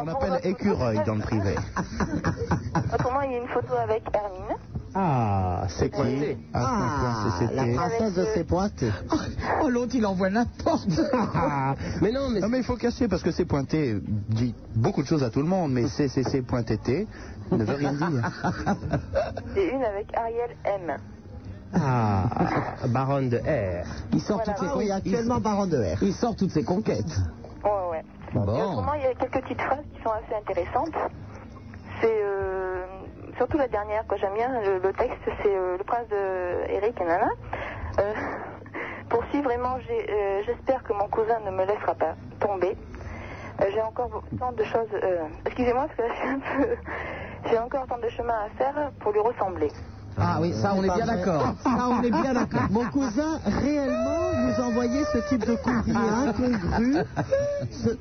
On l'appelle écureuil dans le
(laughs)
privé.
Ah.
Autrement, il y a une photo avec Hermine.
Ah, c'est qui Ah, c'est
La
c'était.
princesse de ses pointées.
Oh, l'autre, il
(laughs)
envoie n'importe quoi.
Mais non, mais...
il faut cacher parce que c'est pointé dit beaucoup de choses à tout le monde, mais c'est c'est- c'est pointé T ne veut rien dire.
Et une avec Ariel M.
(laughs) Ah, baronne de R.
Il sort
Voilà.
toutes ses
Ah oui,
il-
actuellement baron de R.
Il sort toutes ses conquêtes.
Ouais, ouais.
Bon.
Et autrement, il y a quelques petites phrases qui sont assez intéressantes. C'est euh, surtout la dernière que j'aime bien. Le, le texte, c'est euh, le prince de Eric et Nana. Euh, (laughs) poursuivre et manger. Euh, J'espère que mon cousin ne me laissera pas tomber. Euh, J'ai encore tant de choses. euh, Excusez-moi, parce que là, je suis un peu. (laughs) J'ai encore tant de chemin à faire pour lui ressembler.
Ah oui, ça, on est bien d'accord. Ça, on est bien d'accord.
Mon cousin, réellement, vous envoyez ce type
(laughs)
de courrier incongru. Ce-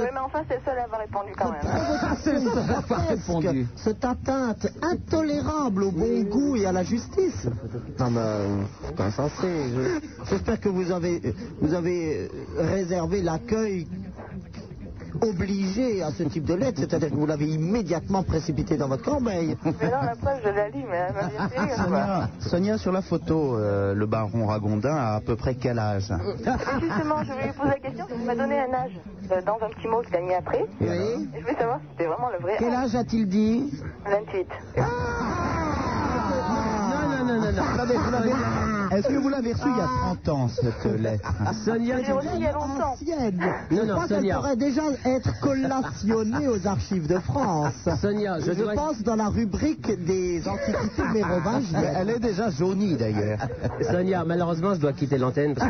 Oui, mais enfin, c'est le seul à avoir répondu quand même.
c'est ça, on n'a pas répondu.
Cette atteinte intolérable au bon goût et à la justice. Non mais euh, c'est insensé. Je- J'espère que vous avez, vous avez euh, réservé l'accueil obligé à ce type de lettre, c'est-à-dire que vous l'avez immédiatement précipité dans votre corbeille.
Mais non, la preuve, je la lis, mais (laughs) elle m'a bien fait rire, quoi.
Sonia, Sonia, sur la photo, euh, le baron Ragondin a à peu près quel âge
Justement, je voulais lui poser la question, parce qu'il m'a donné un âge euh, dans un petit mot qu'il a mis après.
Oui.
Et je voulais savoir si c'était vraiment le vrai
Quel âge a-t-il dit
28.
Ah.
Non, non, non, non, non.
Est-ce que vous l'avez reçue il y a 30 ans, cette lettre
Sonia,
J'ai reçu il y a longtemps.
Ancienne.
Non,
je
non,
crois qu'elle
Sonia.
pourrait déjà être collationnée aux archives de France.
Sonia, je
je
dirais-
pense dans la rubrique des antiquités
(laughs)
Mais
mérovingiennes.
Elle est déjà jaunie, d'ailleurs.
Sonia, malheureusement, je dois quitter l'antenne. parce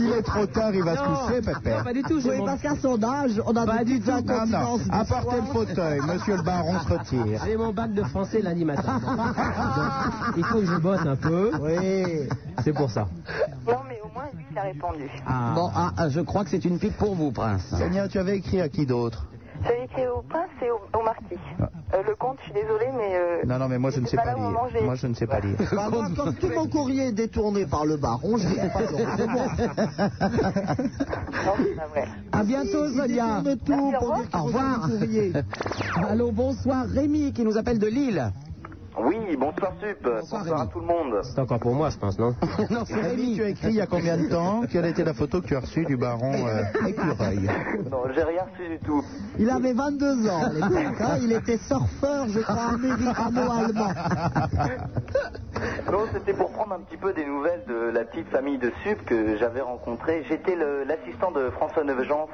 (laughs)
Il est trop tard, il va
Non.
se coucher, pépère.
Non, pas du tout, j'ai
Oui,
mon-
parce qu'à son âge, on a
Pas
des
du
petites
tout.
Non, non,
incontinences du
apportez le
soir.
fauteuil, monsieur le baron se retire.
j'ai mon bac de français
(laughs)
lundi matin. Donc, Il faut que je bosse un peu.
Oui.
C'est pour ça.
Non, mais au moins, lui, il a répondu.
Ah.
Bon, ah, ah, je crois que c'est une pique pour vous, prince.
Sonia, tu avais écrit à qui d'autre
J'avais écrit au prince et au, au marquis. Euh, le comte, je suis désolée, mais... euh,
Ah. Non, non, mais moi je ne sais
j'étais
pas
là au
lire.
moment où j'ai-
Moi je ne sais pas lire.
Bah, moi, comme tout mon courrier est détourné par le baron, je ne sais pas donc c'est moi.
Non, c'est pas
(laughs)
vrai.
À bientôt,
Il
Sonia.
détourne tout pour dire qu'il
Au
reçoit
revoir.
du courrier.
(laughs)
Allô, bonsoir, Rémi qui nous appelle de Lille. Oui, bonsoir Sup, bonsoir, à tout le monde.
C'est encore pour moi, je pense, non
Non, Rémi, tu as écrit il y a combien de temps Quelle était la photo que tu as reçue du baron euh, Écureuil
Non, j'ai rien reçu du tout.
Il avait 22 ans,
(laughs)
à l'époque, hein. il était surfeur, je crois, américano-allemand.
(laughs)
Non, c'était pour prendre un petit peu des nouvelles de la petite famille de Sup que j'avais rencontrée. J'étais le- l'assistant de François Neuvegence,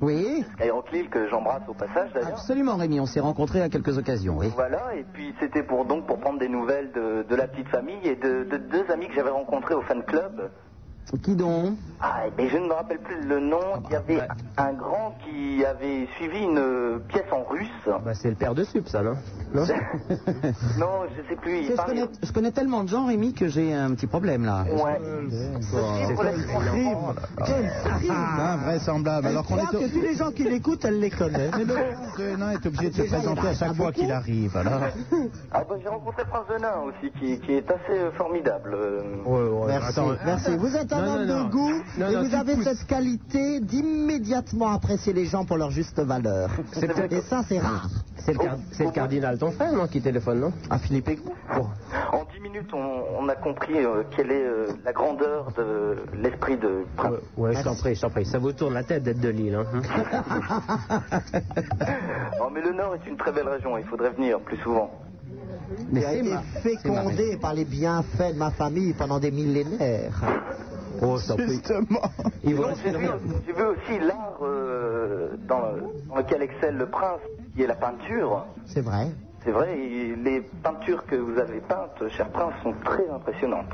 Oui,
Skyrock Lille, que j'embrasse au passage d'ailleurs.
absolument, Rémi. On s'est rencontrés à quelques occasions, oui.
Voilà, et puis c'était pour donc pour prendre des nouvelles de, de la petite famille et de, de deux amis que j'avais rencontrés au fan club.
Qui donc
Ah, mais je ne me rappelle plus le nom. Il y avait un grand qui avait suivi une euh, pièce en russe.
Ah,
Bah, c'est le père de Sup, ça, non
Non, (laughs) je sais plus.
Tu
il
sais, Je
parlait-
connais, je connais tellement de gens, Rémi, que j'ai un petit problème là.
Ouais.
C'est
Quel Ah, Invraisemblable. Alors qu'on
Je
est.
crois
au-
que tous les gens qui l'écoutent, elle les connaît.
Mais le prince de Hénin est obligé de se présenter à chaque fois qu'il arrive. Alors.
Ah, bah, j'ai rencontré Prince de Nain aussi, qui, qui est assez euh, formidable. euh.
Merci, merci. Vous êtes un
Non,
homme
non,
de
non.
goût
Non,
et
non,
vous
tu
avez
pousses.
cette qualité d'immédiatement apprécier les gens pour leur juste
(laughs)
valeur. Et ça, c'est rare.
C'est le, car- c'est le cardinal, ton frère, non, qui téléphone, non
Ah, Philippe Aiglon
En 10 minutes, on, on a compris euh, quelle est euh, la grandeur de l'esprit de Prince.
Ouais, je t'en prie, je t'en prie. Ça vous tourne la tête d'être de Lille, hein
Oh, mais le Nord est une très belle région, il faudrait venir plus souvent.
J'ai été fécondé par les bienfaits de ma famille pendant des millénaires.
Oh,
Justement.
Non, J'ai vu, j'ai vu aussi l'art euh, dans, dans lequel excelle le prince, qui est la peinture.
C'est vrai.
C'est vrai, et les peintures que vous avez peintes, cher prince, sont très impressionnantes.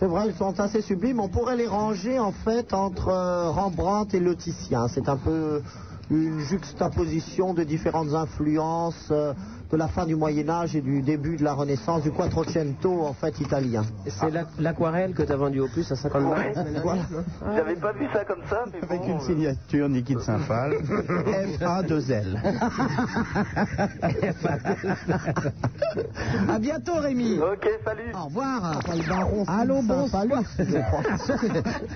C'est vrai, ils sont assez sublimes. On pourrait les ranger en fait entre euh, Rembrandt et le Titien. C'est un peu une juxtaposition de différentes influences euh, de la fin du Moyen Âge et du début de la Renaissance, du Quattrocento en fait italien.
C'est la- l'aquarelle que t'as vendue au plus à 50 balles la semaine dernière, non
(laughs) J'avais pas vu ça comme ça, mais
Avec une signature Niki de Saint-Phal,
(laughs)
F1-2L.
À bientôt, Rémi.
euh, Ok, salut.
Ah.
Au revoir.
baron, c'est
Allô,
sympa,
bonsoir.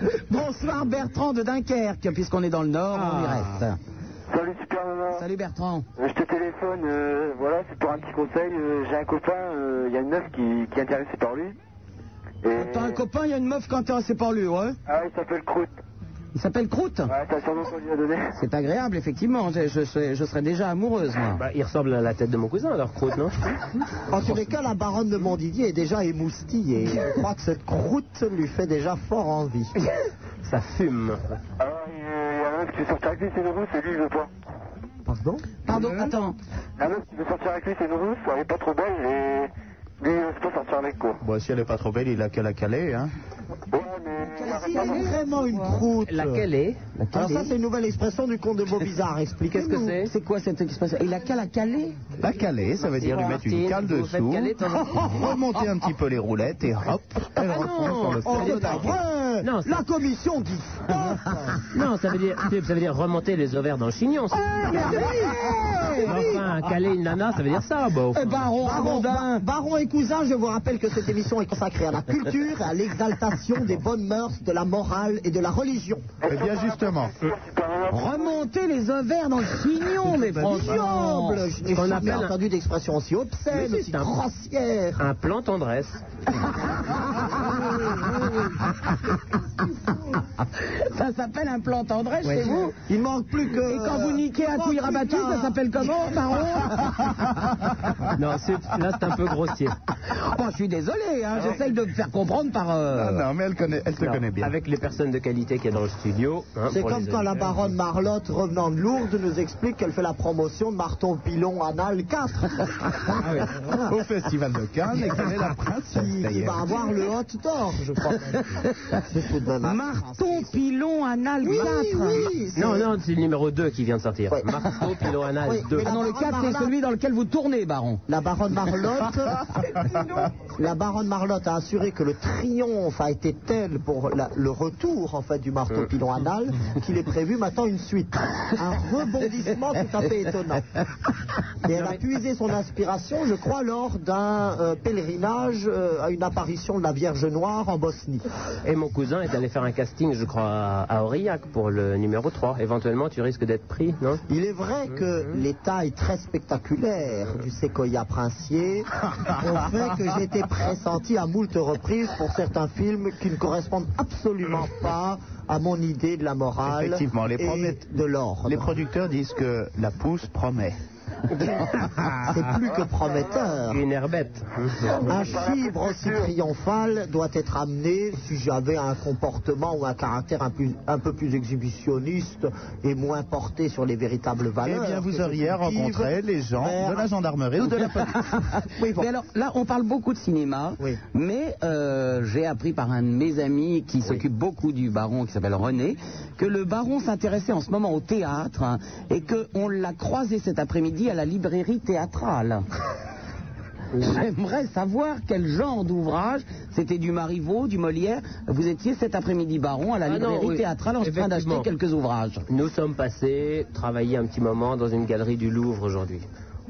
(laughs) bonsoir, Bertrand de Dunkerque. Puisqu'on est dans le Nord, on y
Ah.
reste.
Salut Super Nana.
Salut, Bertrand.
Euh, je te téléphone, euh, voilà, c'est pour un petit conseil. euh, J'ai un copain, euh, il y a une meuf qui, qui est intéressée par lui. Et...
T'as un copain, il y a une meuf quand t'es assez par lui, ouais
Ah, il s'appelle Croûte.
Il s'appelle Croûte
Ouais, Ah, t'as sûrement qu'on lui a donné.
C'est agréable, effectivement. Je, je, serais- je serais déjà amoureuse, moi.
Bah, il ressemble à la tête de mon cousin, alors, Croûte, non
En tous les cas, la baronne de Montdidier est déjà émoustillée. Je crois que cette croûte lui fait déjà fort (laughs) envie.
Ça fume.
Alors, Ah, il y a un meuf qui veut sortir avec lui, c'est une rousse, et lui, il veut pas.
Pardon
Pardon, attends.
La meuf qui veut sortir avec lui, c'est une rousse, elle est pas trop belle, et lui, il veut pas sortir avec, quoi.
Bon, si elle est pas trop belle, il a qu'à la caler, hein.
Si, elle est vraiment une croûte.
Laquelle est
Alors ça, c'est une nouvelle expression du conte de Beaubizarre. Expliquez-nous.
Qu'est-ce que c'est C'est quoi cette expression Il a qu'à la caler
La caler, ça veut dire lui mettre une cale
vous
dessous,
faites caler de temps en temps.
(laughs) remonter un petit peu les roulettes et hop, elle
Ah
retombe sur le
Oh,
sol.
c'est pas vrai
Non,
La commission dit stop
(laughs) Non, ça veut dire, Philippe, ça veut dire remonter les ovaires dans le chignon. ça.
Eh,
Mais Enfin, Ah, caler une nana, ça veut dire ça, bah, au fond.
Eh, Baron, Ba- Baron et cousin, je vous rappelle que cette émission est consacrée à la culture, à l'exaltation des bonnes mœurs, de la morale et de la religion.
Eh bien, justement.
Remonter les ovaires dans le chignon, mais franchement
Ignoble Je n'ai
qu'on
jamais
appelle un-
entendu d'expression aussi obscène,
Mais
aussi
c'est un-
grossière.
Un plan tendresse.
(laughs) Ça s'appelle un plan tendresse
Ouais.
chez vous
Il manque plus que...
Et quand vous niquez un
Oh,
couille rabattu,
putain.
ça s'appelle comment, Baron
Non, c'est- là, c'est un peu grossier. Oh,
Bon, je suis désolé, hein, j'essaye de me faire comprendre par... euh,
Non, non, mais elle, connaît, elle te
Non,
connaît bien.
Avec les personnes de qualité qu'il y a dans le studio. hein,
C'est
pour
comme
les
quand la
auditeurs.
baronne Marlotte, revenant de Lourdes, nous explique qu'elle fait la promotion de Marton Pilon Anal
(laughs)
4.
Ah
Ah.
Au Festival de Cannes, et qu'elle est la
Ah,
princesse,
Il il va
d'ailleurs.
avoir le hot d'or, je crois. (laughs) C'est tout de même un-
Marton Pilon Anal 4
oui, c'est-
Non, non, c'est le numéro 2 qui vient de sortir.
Ouais.
Marteau Piloanal
Oui,
2.
mais
Ah non, le 4, c'est
Marlotte-
celui dans lequel vous tournez, Baron.
La baronne Marlotte La baronne Marlotte a assuré que le triomphe a été tel pour la- le retour en fait du marteau pilon anal qu'il est prévu maintenant une suite. Un rebondissement tout à fait étonnant. Et elle a puisé son inspiration, je crois, lors d'un euh, pèlerinage euh, à une apparition de la Vierge Noire en Bosnie.
Et mon cousin est allé faire un casting, je crois, à- à Aurillac pour le numéro 3. Éventuellement, tu risques d'être pris, non
Il est vrai que les tailles très spectaculaires du séquoia princier ont fait que j'ai été pressenti à moult reprises pour certains films qui ne correspondent absolument pas à mon idée de la morale
Effectivement, les
et
promet-
de l'ordre.
Les producteurs disent que la pousse promet.
C'est plus que prometteur.
Une herbette.
Un chibre aussi triomphal doit être amené, si j'avais un comportement ou un caractère un, plus- un peu plus exhibitionniste et moins porté sur les véritables
Eh
valeurs.
bien, vous auriez
constitutives,
rencontré les gens de la gendarmerie ou de la police.
Mais alors là, on parle beaucoup de cinéma, mais euh, j'ai appris par un de mes amis qui s'occupe beaucoup du baron, qui s'appelle René, que le baron s'intéressait en ce moment au théâtre hein, et qu'on l'a croisé cet après-midi à la librairie théâtrale. J'aimerais savoir quel genre d'ouvrage, c'était du Marivaux, du Molière, vous étiez cet après-midi baron à la
Ah non,
librairie
oui.
théâtrale en train d'acheter
Effectivement.
quelques ouvrages.
Nous sommes passés travailler un petit moment dans une galerie du Louvre aujourd'hui,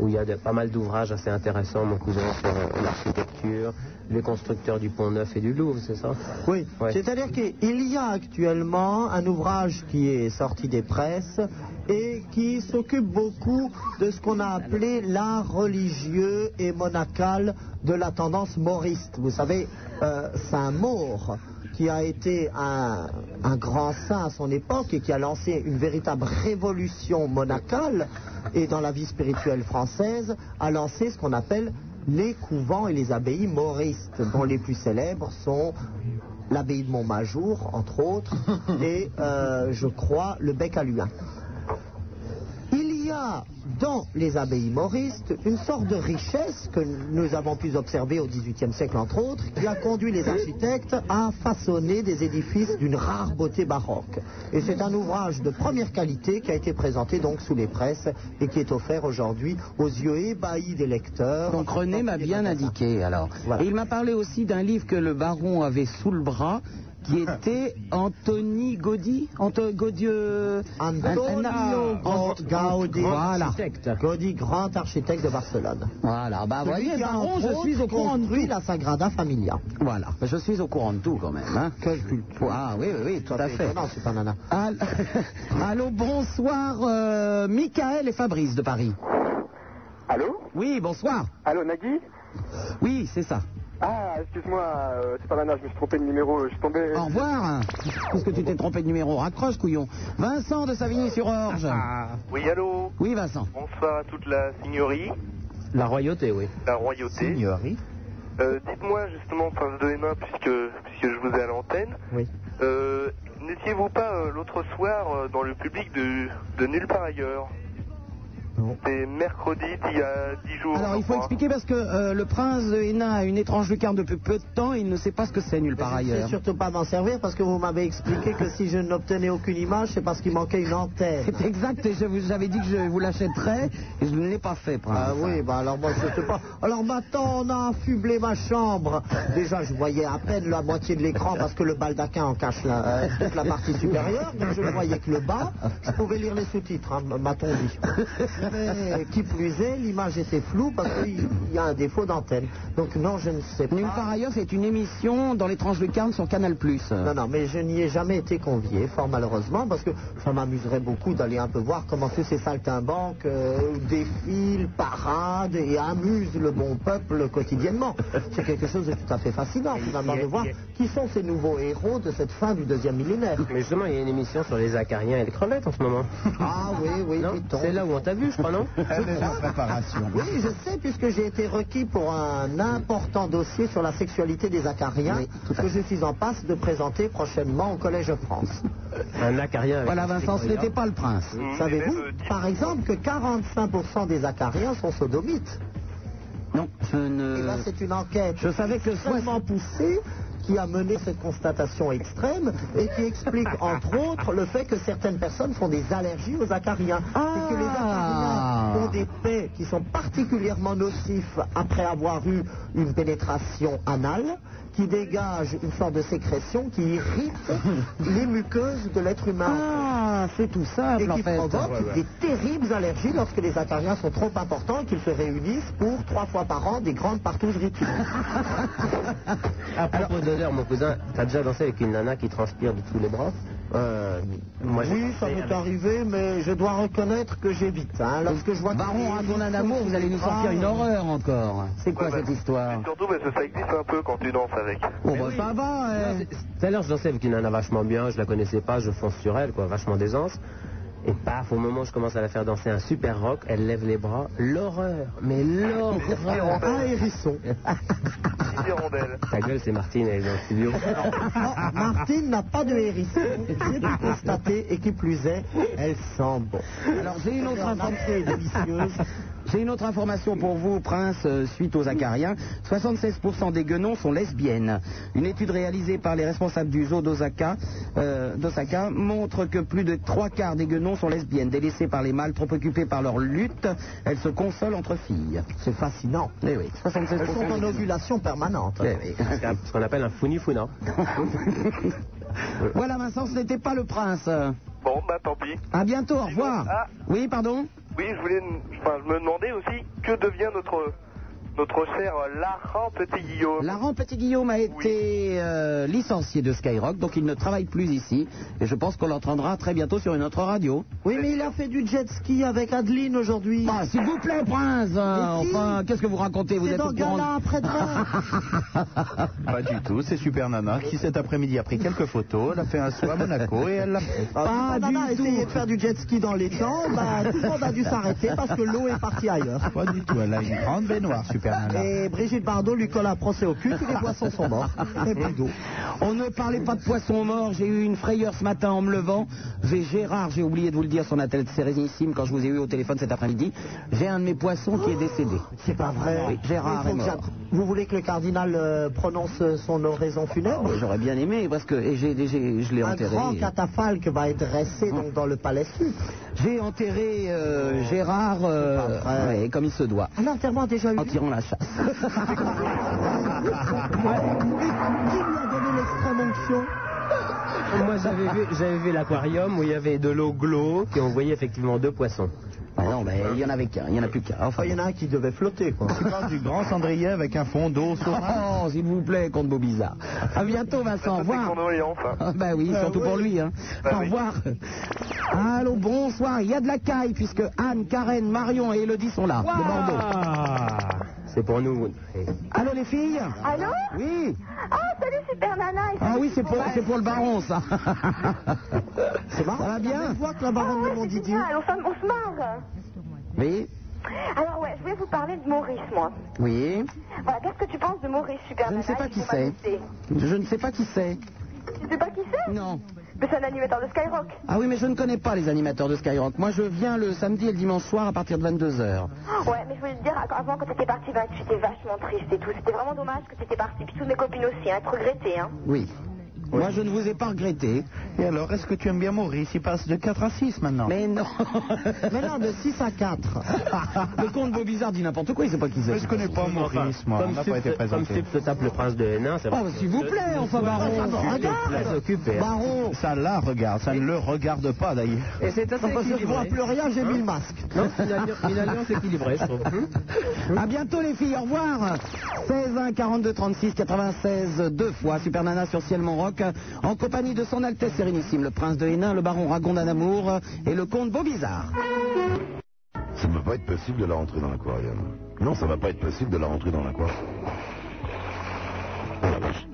où il y a de- pas mal d'ouvrages assez intéressants, mon cousin, sur euh, l'architecture, les constructeurs du Pont Neuf et du Louvre, c'est ça
Oui,
Ouais.
c'est-à-dire qu'il y a actuellement un ouvrage qui est sorti des presses et qui s'occupe beaucoup de ce qu'on a appelé l'art religieux et monacal de la tendance moriste. Vous savez, euh, Saint-Maur, qui a été un, un grand saint à son époque et qui a lancé une véritable révolution monacale et dans la vie spirituelle française, a lancé ce qu'on appelle les couvents et les abbayes moristes, dont les plus célèbres sont l'abbaye de Montmajour, entre autres, et euh, je crois le bec à Luin. Il y a dans les abbayes moristes une sorte de richesse que nous avons pu observer au XVIIIe siècle, entre autres, qui a conduit les architectes à façonner des édifices d'une rare beauté baroque. Et c'est un ouvrage de première qualité qui a été présenté donc sous les presses et qui est offert aujourd'hui aux yeux ébahis des lecteurs.
Donc René m'a bien indiqué alors. Et il m'a parlé aussi d'un livre que le baron avait sous le bras
(laughs)
qui était Anthony Gaudi Anto, Gaudieu
Antonio
Ant-
Gaudi,
Voilà.
Gaudi, grand architecte de Barcelone.
Voilà, bah
Celui
voyez,
qui a,
baron,
entre
je suis au
autres,
courant de
construit
tout.
la Sagrada Familia.
Voilà, Bah, je suis au courant de tout quand même. Hein.
Quelle culture.
Ah oui, oui, oui, tout à fait.
Non, c'est pas nana.
Al- (laughs) Allô, bonsoir, euh, Michael et Fabrice de Paris.
Allô
Oui, bonsoir.
Allô, Nagui
Oui, c'est ça.
Ah, excuse-moi, euh, c'est pas nana, je me suis trompé de
euh,
numéro, je suis tombé.
Ah.
Au revoir. Parce que tu t'es trompé de numéro, raccroche, couillon. Vincent de Savigny-sur-Orge.
Oui, allô
Oui, Vincent.
Bonsoir à toute la signorie,
La royauté, oui.
la
Ah,
royauté. Euh, Dites-moi justement, prince de Hénin, puisque, puisque je vous ai à l'antenne,
Oui.
euh, n'étiez-vous pas euh, l'autre soir euh, dans le public de, de Nulle part ailleurs C'était mercredi d'il y a 10 jours.
Alors, il faut expliquer parce que euh, le prince de Hénin a une étrange lucarne depuis peu de temps. Il ne sait pas ce que c'est nulle part
Je ne sais
ailleurs.
surtout pas m'en servir parce que vous m'avez expliqué que si je n'obtenais aucune image, c'est parce qu'il manquait une antenne.
C'est exact, et je vous avais dit que je vous l'achèterais, et je ne l'ai pas fait, prince.
Ah oui, bah alors moi je sais pas. Alors maintenant on a affublé ma chambre. Déjà je voyais à peine la moitié de l'écran parce que le baldaquin en cache la, euh, toute la partie supérieure, mais je ne voyais que le bas. Je pouvais lire les sous-titres, hein, m'a-t-on dit. Mais qui plus est, l'image était floue parce qu'il y a un défaut d'antenne. Donc non, je ne sais pas.
Nulle part ailleurs, c'est une émission dans l'étrange lucarne sur Canal+.
Non, non, mais je n'y ai jamais été convié, fort malheureusement, parce que ça m'amuserait beaucoup d'aller un peu voir comment tous ces saltimbanques euh, défilent, paradent et amusent le bon peuple quotidiennement. C'est quelque chose de tout à fait fascinant, finalement, de voir qui sont ces nouveaux héros de cette fin du deuxième millénaire.
Mais justement, il y a une émission sur les acariens et les crevettes en ce
(laughs)
moment.
Ah oui, oui, dit-on.
C'est là où on t'a vu, je crois,
(laughs)
non
Elle est en
préparation.
Oui, je sais, puisque j'ai été requis pour un important dossier sur la sexualité des acariens, que je suis en passe de présenter prochainement au Collège de France.
Un acarien avec
Voilà,
un
Vincent, ce
séquoia.
n'était pas le prince. Savez-vous, par exemple, que 45% des acariens sont sodomites
Non, je ne...
Eh ben,
Et là, c'est une enquête
Je savais que le soir-
extrêmement poussée qui a mené cette constatation extrême et qui explique,
Ah.
entre autres, le fait que certaines personnes font des allergies aux acariens. et que les acariens
ont des paix qui sont particulièrement nocifs après avoir eu une pénétration anale, qui dégagent une sorte de sécrétion qui
(laughs)
irrite les muqueuses de l'être humain.
Ah, c'est tout simple
Et
en
qui
fait.
provoque des terribles allergies lorsque les acariens sont trop importants et qu'ils se réunissent pour trois fois par an des grandes partouches
(laughs)
rituelles.
À propos d'odeur, mon cousin, t'as déjà dansé avec une nana qui transpire de tous les bras euh, moi, j'ai
oui, ça
dansé
m'est
avec-
arrivé, mais je dois reconnaître que j'évite. Hein. Lorsque je vois
Baron,
un
raconte un amour, vous allez nous sortir une
(laughs)
horreur encore. C'est quoi cette histoire
Surtout ben, parce que ça existe un peu quand tu danses
(laughs)
avec.
Bon, bah, ça va, Tout à l'heure, je dansais avec une nana vachement bien, je la connaissais pas, je fonce sur elle, quoi, vachement d'aisance. Et paf, au moment où je commence à la faire danser un super rock, elle lève les bras, l'horreur, mais l'horreur
Un hérisson.
Ta gueule, c'est Martine, elle est dans le studio.
Martine n'a pas de
(laughs)
hérisson, c'est tout constaté, et qui plus est, elle sent bon.
Alors j'ai une autre
information.
J'ai une autre information pour vous, Prince, euh, suite aux acariens. 76% des guenons sont lesbiennes. Une étude réalisée par les responsables du zoo d'Osaka euh, d'Osaka montre que plus de trois quarts des guenons sont lesbiennes. Délaissées par les mâles, trop occupées par leur lutte, elles se consolent entre filles.
C'est fascinant.
Eh oui, 76%
Elles sont
des
en
guenons.
ovulation permanente.
Eh oui.
C'est un- ce qu'on appelle un founi-founa.
(laughs) Voilà Vincent, ce n'était pas le prince.
Bon, bah tant pis.
À bientôt, au revoir.
Ah.
Oui, pardon
Oui, je voulais, enfin, je me demandais aussi que devient notre notre cher Laurent Petit Guillaume.
Laurent Petit Guillaume a été euh, licencié de Skyrock, donc il ne travaille plus ici. Et je pense qu'on l'entendra très bientôt sur une autre radio.
Oui, mais il a fait du jet ski avec Adeline aujourd'hui.
Ah, s'il vous plaît, Prince euh,
Mais qui
Enfin, qu'est-ce que vous racontez Vous
C'est
êtes
dans
au courant
Gala après-demain.
Pas du tout, c'est Super Nana qui cet après-midi a pris quelques photos, elle a fait un saut à Monaco et elle l'a
Ah, Quand Nana a essayé de faire du jet ski dans les temps, bah, tout le monde a dû s'arrêter parce que l'eau est partie ailleurs.
Pas du tout, elle a une grande baignoire, Super Nana.
Et Brigitte Bardot lui colle un procès au cul, tous les poissons sont (laughs) morts. Et plus d'eau.
On ne parlait pas de poisson mort, j'ai eu une frayeur ce matin en me levant. J'ai Gérard, j'ai oublié de vous le dire, son athlète sérénissime quand je vous ai eu au téléphone cet après-midi. J'ai un de mes poissons qui est décédé.
C'est pas vrai.
Oui, Gérard
Il
est
faut que
mort.
j'app- Vous voulez que le cardinal euh, prononce son oraison funèbre
Oh, J'aurais bien aimé parce que et j'ai- j'ai- je l'ai
Un
enterré. Ah.
grand catafalque va être dressé donc, dans le palais Oh, sud.
J'ai enterré euh, Gérard euh, ouais, comme il se doit.
L'enterrement a Ah déjà eu.
En tirant
(laughs)
la chasse.
Qui lui a donné l'extrême onction
Moi, j'avais vu, j'avais vu l'aquarium où il y avait de l'eau glauque et on voyait effectivement deux poissons.
Ah non, mais il y en avait qu'un, il n'y en a plus qu'un. Enfin,
Il y en a un qui devait flotter, quoi.
Tu parles du grand cendrier avec un fond d'eau sur
(laughs) Oh, s'il vous plaît, comte Bobizard. À bientôt, Vincent. Au revoir. Ah, bah oui, surtout pour lui. Hein. Au revoir. Allô, bonsoir. Il y a de la caille puisque Anne, Karen, Marion et Elodie sont là, de Bordeaux.
Ah.
C'est pour nous.
Allô, les filles
Allô
Oui.
Ah, salut Super Nana. et
Ah
salut
oui, c'est pour,
Super
c'est pour le baron, ça.
C'est marrant.
Ça va bien
voit que la
Ah,
baronne de Montdidier.
Nana. Alors, ça, on se marre.
Oui,
Alors ouais, je voulais vous parler de Maurice, moi.
oui.
Voilà, qu'est-ce que tu penses de Maurice Super
Je ne sais
Nana,
pas
et
qui
son
c'est.
invité
Je ne sais pas qui c'est.
Tu sais pas qui c'est
Non.
Mais c'est un animateur de Skyrock.
Ah oui, mais je ne connais pas les animateurs de Skyrock. Moi, je viens le samedi et le dimanche soir à partir de 22h.
Ouais, mais je voulais te dire, avant quand t'étais parti, bah, tu étais vachement triste et tout. C'était vraiment dommage que t'étais parti. Puis toutes mes copines aussi, hein, te regretter, hein.
Oui. Moi, je ne vous ai pas regretté.
Et alors, est-ce que tu aimes bien Maurice Il passe de 4 à 6 maintenant. (laughs)
Mais non.
Mais non, de 6 à 4.
le comte Bobizard dit n'importe quoi, il ne sait pas qui c'est.
Mais je connais pas Maurice, moi. On
Comme
n'a pas
Sub-
été
comme
présenté.
Sub se tape le prince de Hénin, ça va.
Oh, s'il vous plaît, enfin,
Ah, bon,
baron.
regarde
S'occuper.
Baron
Ça la regarde, ça ne le regarde pas d'ailleurs.
Et c'est assez
parce que je vois
équilibré.
plus rien, j'ai mis le masque.
Non,
Bah,
c'est une alliance- une alliance équilibrée, je trouve.
(laughs) À bientôt les filles, au revoir 16 1 42 36 96 deux fois Super Nana sur Ciel Montroc en compagnie de son Altesse Sérénissime, le prince de Hénin, le baron Ragon d'Anamour et le comte Bobizard.
Ça ne peut pas être possible de la rentrer dans l'aquarium. Non, ça va pas être possible de la rentrer dans l'aquarium. Oh la vache.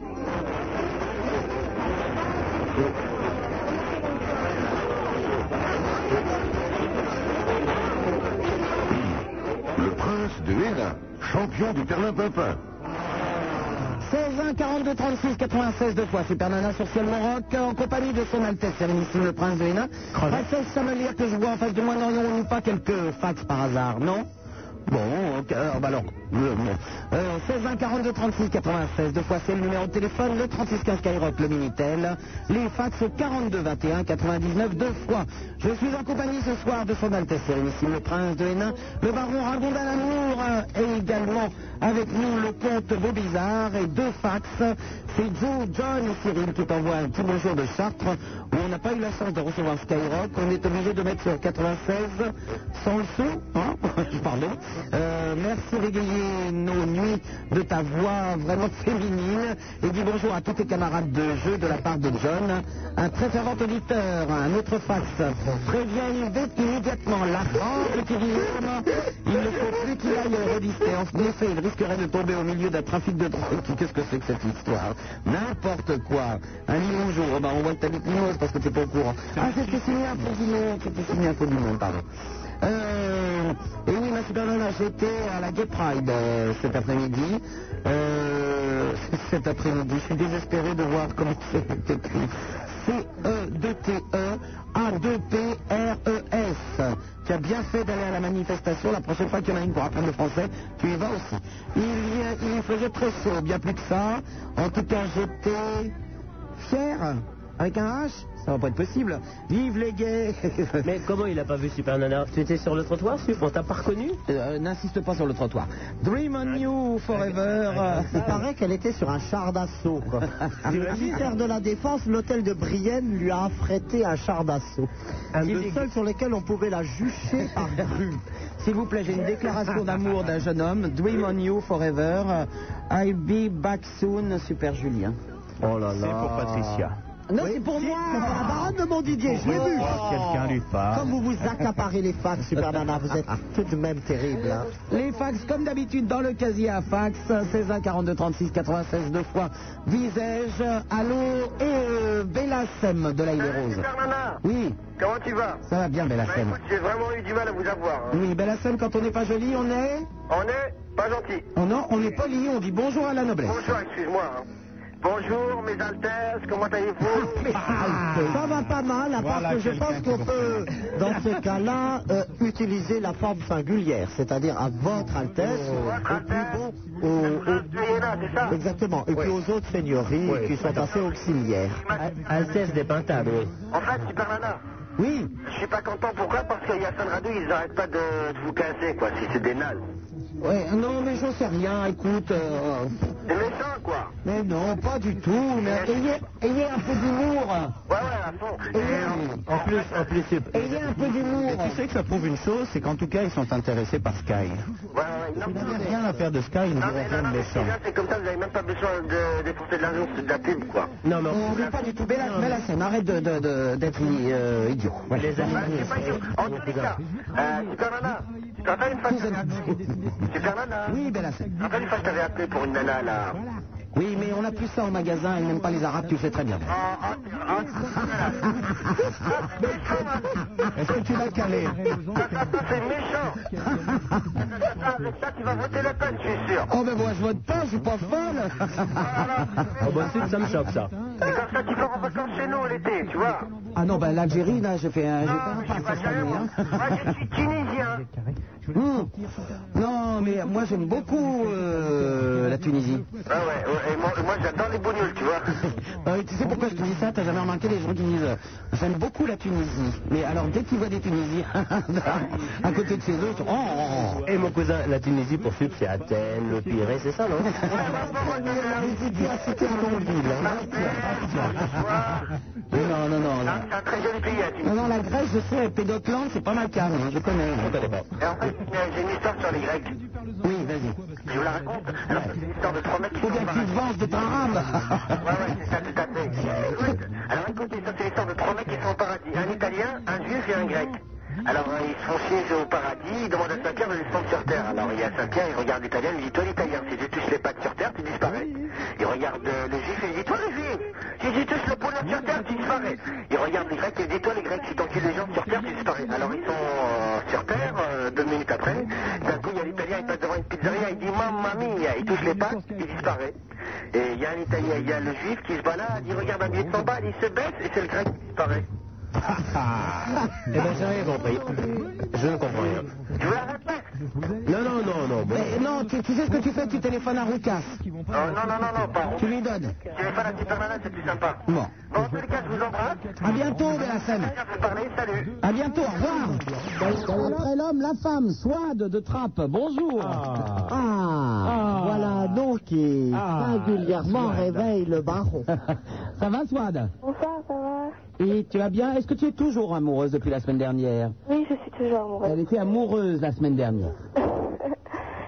Le prince de Hénin, champion du Perlin-Pimpin.
16 1 42 36 96 deux fois Super Nana sur Ciel Montroc en compagnie de son Altesse Sérénissime, le prince de Hénin. Princesse Chamelière que je vois en face de moi, n'aurions-nous pas quelques fax par hasard, non Bon, ok, alors, bah alors, euh, bon. Euh, 16 20 42 36 96, deux fois c'est le numéro de téléphone, le 36 15 Skyrock, le Minitel, les fax au 42 21 99, deux fois. Je suis en compagnie ce soir de son Altesse Sérénissime, le Prince de Hénin, le Baron Ragondin Lamour, euh, et également avec nous le Comte Beaubizarre et deux fax. C'est Joe, John et Cyril qui t'envoient un petit bonjour de Chartres, où on n'a pas eu la chance de recevoir Skyrock, on est obligé de mettre sur 96 sans le son, hein, (laughs) pardon. Euh, merci de régayer nos nuits de ta voix vraiment féminine et dis bonjour à tous tes camarades de jeu de la part de John, un très fervent auditeur, un autre face. Préviens dès- immédiatement la rampe qui vient. Il ne faut plus qu'il aille au Rodisté. En effet, il risquerait de tomber au milieu d'un trafic de drogue. Qu'est-ce que c'est que cette histoire N'importe quoi. Un limon jour, oh, bah, on voit que t'habites Limoges parce que t'es pas au courant. Ah, c'était signé un peu du monde, c'était signé un peu du monde, pardon. Euh, et oui, ma super nana, j'étais à la Gay Pride euh, cet après-midi. Euh, cet après-midi, je suis désespéré de voir comment (laughs) c'est écrit. C-E-2-T-E-A-2-P-R-E-S. Tu as bien fait d'aller à la manifestation. La prochaine fois qu'il y en a une pour apprendre le français, tu y vas aussi. Il, y a- il faisait très chaud, bien plus que ça. En tout cas, j'étais fier. Avec un H Ça va pas être possible. Vive les gays (laughs)
Mais comment il a pas vu Super Nana Tu étais sur le trottoir, Sup On t'a pas reconnu
Euh, N'insiste pas sur le trottoir. Dream on you forever.
Ah,
Euh,
Il paraît qu'elle était sur un char d'assaut.
(laughs)
quoi. Le ministère de la Défense, l'hôtel de Brienne lui a affrété un char d'assaut. C'est le seul sur lequel on pouvait la jucher
(laughs)
par grue.
S'il vous plaît, j'ai une déclaration d'amour d'un jeune homme. Dream on you
Euh,
forever. I'll be back soon, super Julien.
Oh là là. C'est pour Patricia.
Non, c'est pour moi.
C'est pour la
Ah,
baronne de Montdidier, je l'ai vu.
Oh,
Quelqu'un lui parle.
Comme vous vous accaparez les fax, Super Nana,
(laughs)
vous êtes tout de même terrible. hein.
Les fax, comme d'habitude, dans le casier à fax, 16 1 42 36 96 deux fois, disais-je. Allô, et euh, Bélassem de la Île
Salut,
Rose.
Super Nana.
Oui,
Comment tu vas Bah,
ça va bien, Bélassem.
Écoute, j'ai vraiment eu du mal à vous avoir. hein.
Oui, Bélassem, quand on n'est pas joli, on est
On est pas gentil.
Oh non, on est poli, on dit bonjour à la noblesse.
Bonjour, excuse-moi. hein. Bonjour, mes altesses, comment allez-vous
Ah, Ça va pas mal, à part que je pense qu'on peut, dans ce cas-là, euh, utiliser la forme singulière, c'est-à-dire à votre Altesse, et puis bon,
Ah,
au- au- exactement, et puis aux autres seigneuries qui sont assez auxiliaires.
Altesse des Pintables, oui.
En fait, Super Nana.
Oui.
Je suis pas content, pourquoi Parce qu'il y a Fun Radio, ils arrêtent pas de, de vous casser, quoi, si c'est des nals.
Ouais, non, mais j'en sais rien, écoute. euh,
C'est méchant, quoi.
mais non, pas du tout, mais ayez, ayez un peu d'humour.
Ouais, ouais, à fond.
En plus, en plus, c'est...
Ayez un peu d'humour.
Et tu sais que ça prouve une chose, c'est qu'en tout cas, ils sont intéressés par Sky. Vous n'avez rien à faire de Sky, ils ne
Non,
verront
mais
rien de
Nana, mais
méchant.
déjà, c'est comme ça, vous n'avez même pas besoin de dépenser de l'argent, c'est de la pub, quoi.
Non, mais
on n'est pas du tout. Béla- Bélassem, arrête de- de- de- d'être euh, idiot. Voilà.
En tous les cas, euh, Super Nana, tu te rappelles une fois que t'avais appelé Super Nana
Oui, Bélassem.
Tu te rappelles une fois que t'avais appelé pour une nana, là
Oui, mais on a plus ça au magasin, ils n'aiment pas les Arabes, tu le sais très bien.
Ah,
Est-ce que tu l'as calé
C'est méchant Avec ça, tu vas voter Le Pen, je suis sûr
Oh, mais moi, je vote pas, je suis pas folle
Oh, bah, Sup, ça me choque, ça.
Et comme ça, tu pars en vacances chez nous l'été, tu vois
Ah non, ben l'Algérie, là, j'ai fait un... j'ai fait un
Je suis pas sérieux, moi.
hein.
Moi, je suis tunisien
Hmm. Non, mais moi, j'aime beaucoup euh, la Tunisie.
Ah ouais, ouais, et moi, moi, j'adore les bougnoules, tu vois
Euh, tu sais pourquoi je te dis ça T'as jamais remarqué les gens qui disent euh, J'aime beaucoup la Tunisie. Mais alors, dès qu'ils voient des Tunisiens (laughs) à côté de chez eux, ils sont, Oh, oh, oh.
Et mon cousin, la Tunisie pour Sup, c'est Athènes, le Pirée, c'est ça, non
Non, non, non.
C'est un très joli pays, la Tunisie
Non, non, la Grèce, je sais, Pédoclande, c'est pas ma carte, je connais.
Et en fait, euh, j'ai une histoire sur les Grecs
Oui, vas-y.
Je vous la raconte Alors, c'est une histoire de trois mecs qui
Faut bien que tu te venges de ta rame.
Ouais, ouais, c'est ça, tout à fait. Écoute, alors écoutez, ça c'est l'histoire de trois mecs qui sont au paradis. Un italien, un juif et un grec. Alors euh, ils se font chier au paradis, ils demandent à Saint-Pierre de les descendre sur terre. Alors il y a Saint-Pierre, il regarde l'italien, il dit Toi l'italien, si je touche les pattes sur terre, tu disparais. Il regarde euh, le juif, il dit Toi le juif, si je touche le poulard sur terre, tu disparais. Il regarde les grecs, il dit Toi les grecs, si t'encules les gens sur terre, tu disparais. Alors ils sont euh, sur terre, euh, deux minutes après, d'un coup il y a l'italien, il passe devant une pizzeria, il dit Mamma mia, il touche les pattes, il disparaît. Et il y a un Italien, il y a le Juif qui se balade, il regarde un billet de 100 balles, il se baisse et c'est le Grec qui disparaît.
Eh ben, j'ai rien compris. Je ne comprends rien.
Je vous la répète,
Non, non, non, non. bon.
Mais non, tu, tu sais ce que tu fais Tu téléphones à Roucas.
Oh,
non, non, non, non, pas.
Tu lui donnes.
Téléphone à Superman, c'est plus sympa.
Bon.
Bon, en tous les cas, je vous embrasse.
À bientôt, Bélassène.
Merci de parler, salut.
À bientôt, au revoir.
Après l'homme, la femme, Swad de Trappe, bonjour.
Ah, Voilà donc qui
Ah.
singulièrement
Swad.
réveille le baron.
(laughs) Ça va, Swad
Bonsoir, ça va
Et tu vas bien Est-ce que tu es toujours amoureuse depuis la semaine dernière
Oui, je suis toujours amoureuse.
Elle était amoureuse la semaine dernière.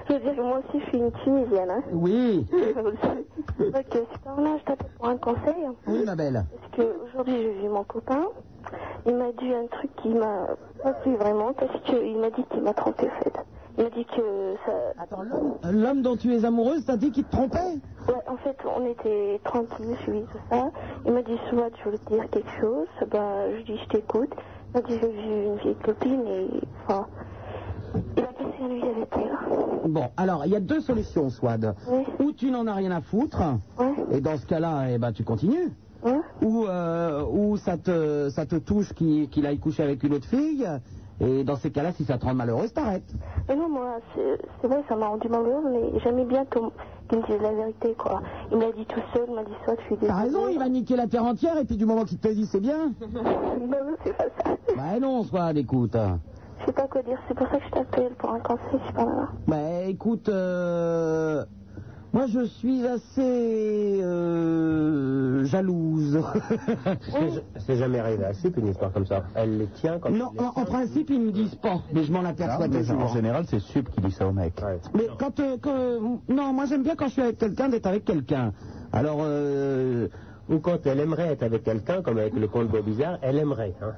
Je veux dire que moi aussi, je suis une Tunisienne. Hein. (laughs)
(laughs) Oui.
Donc, c'est par là, je t'appelle pour un conseil. hein,
Oui, ma belle.
Parce qu'aujourd'hui, j'ai vu mon copain. Il m'a dit un truc qui m'a pas plu vraiment parce qu'il m'a dit qu'il m'a trompé, en fait. Il m'a dit que ça. Attends, l'homme
L'homme dont tu es amoureuse t'a dit qu'il te trompait
Ouais, en fait, on était tranquille, je lui dis tout ça. Il m'a dit, soit je veux te dire quelque chose. Bah, je dis, je t'écoute. Il m'a dit, j'ai vu une vieille copine et. Enfin. Il a passé la nuit avec elle.
Bon, alors, il y a deux solutions, Swad. Ou tu n'en as rien à foutre, et dans ce cas-là, eh ben, tu continues. Ou, euh, ou ça, te, ça te touche qu'il qu'il aille coucher avec une autre fille, et dans ces cas-là, si ça te rend malheureuse, t'arrêtes.
Mais non, moi, c'est c'est vrai, ça m'a rendu malheureuse, mais j'aimais bien qu'on- qu'il me dise la vérité, quoi. Il m'a dit tout seul, il m'a dit, soit je suis désolée.
T'as raison, il va niquer la terre entière, et puis du moment qu'il te dit c'est bien.
(laughs) Non, non, c'est pas ça.
Bah non, Swad, écoute.
Je sais pas quoi dire, c'est pour ça que je t'appelle pour un conseil, je sais pas.
Bah écoute, euh, moi je suis assez euh, jalouse. (laughs)
C'est jamais arrivé à Sup une histoire comme ça. Elle les tient comme
non, en, en principe ils me disent pas, mais je m'en
Ah,
aperçois
Ah,
toujours.
général, c'est Sup qui dit ça au mec.
Mais quand, euh, quand, euh, non, moi j'aime bien quand je suis avec quelqu'un d'être avec quelqu'un. Alors, euh,
ou quand elle aimerait être avec quelqu'un, comme avec le comte Bobizard, elle aimerait. Hein.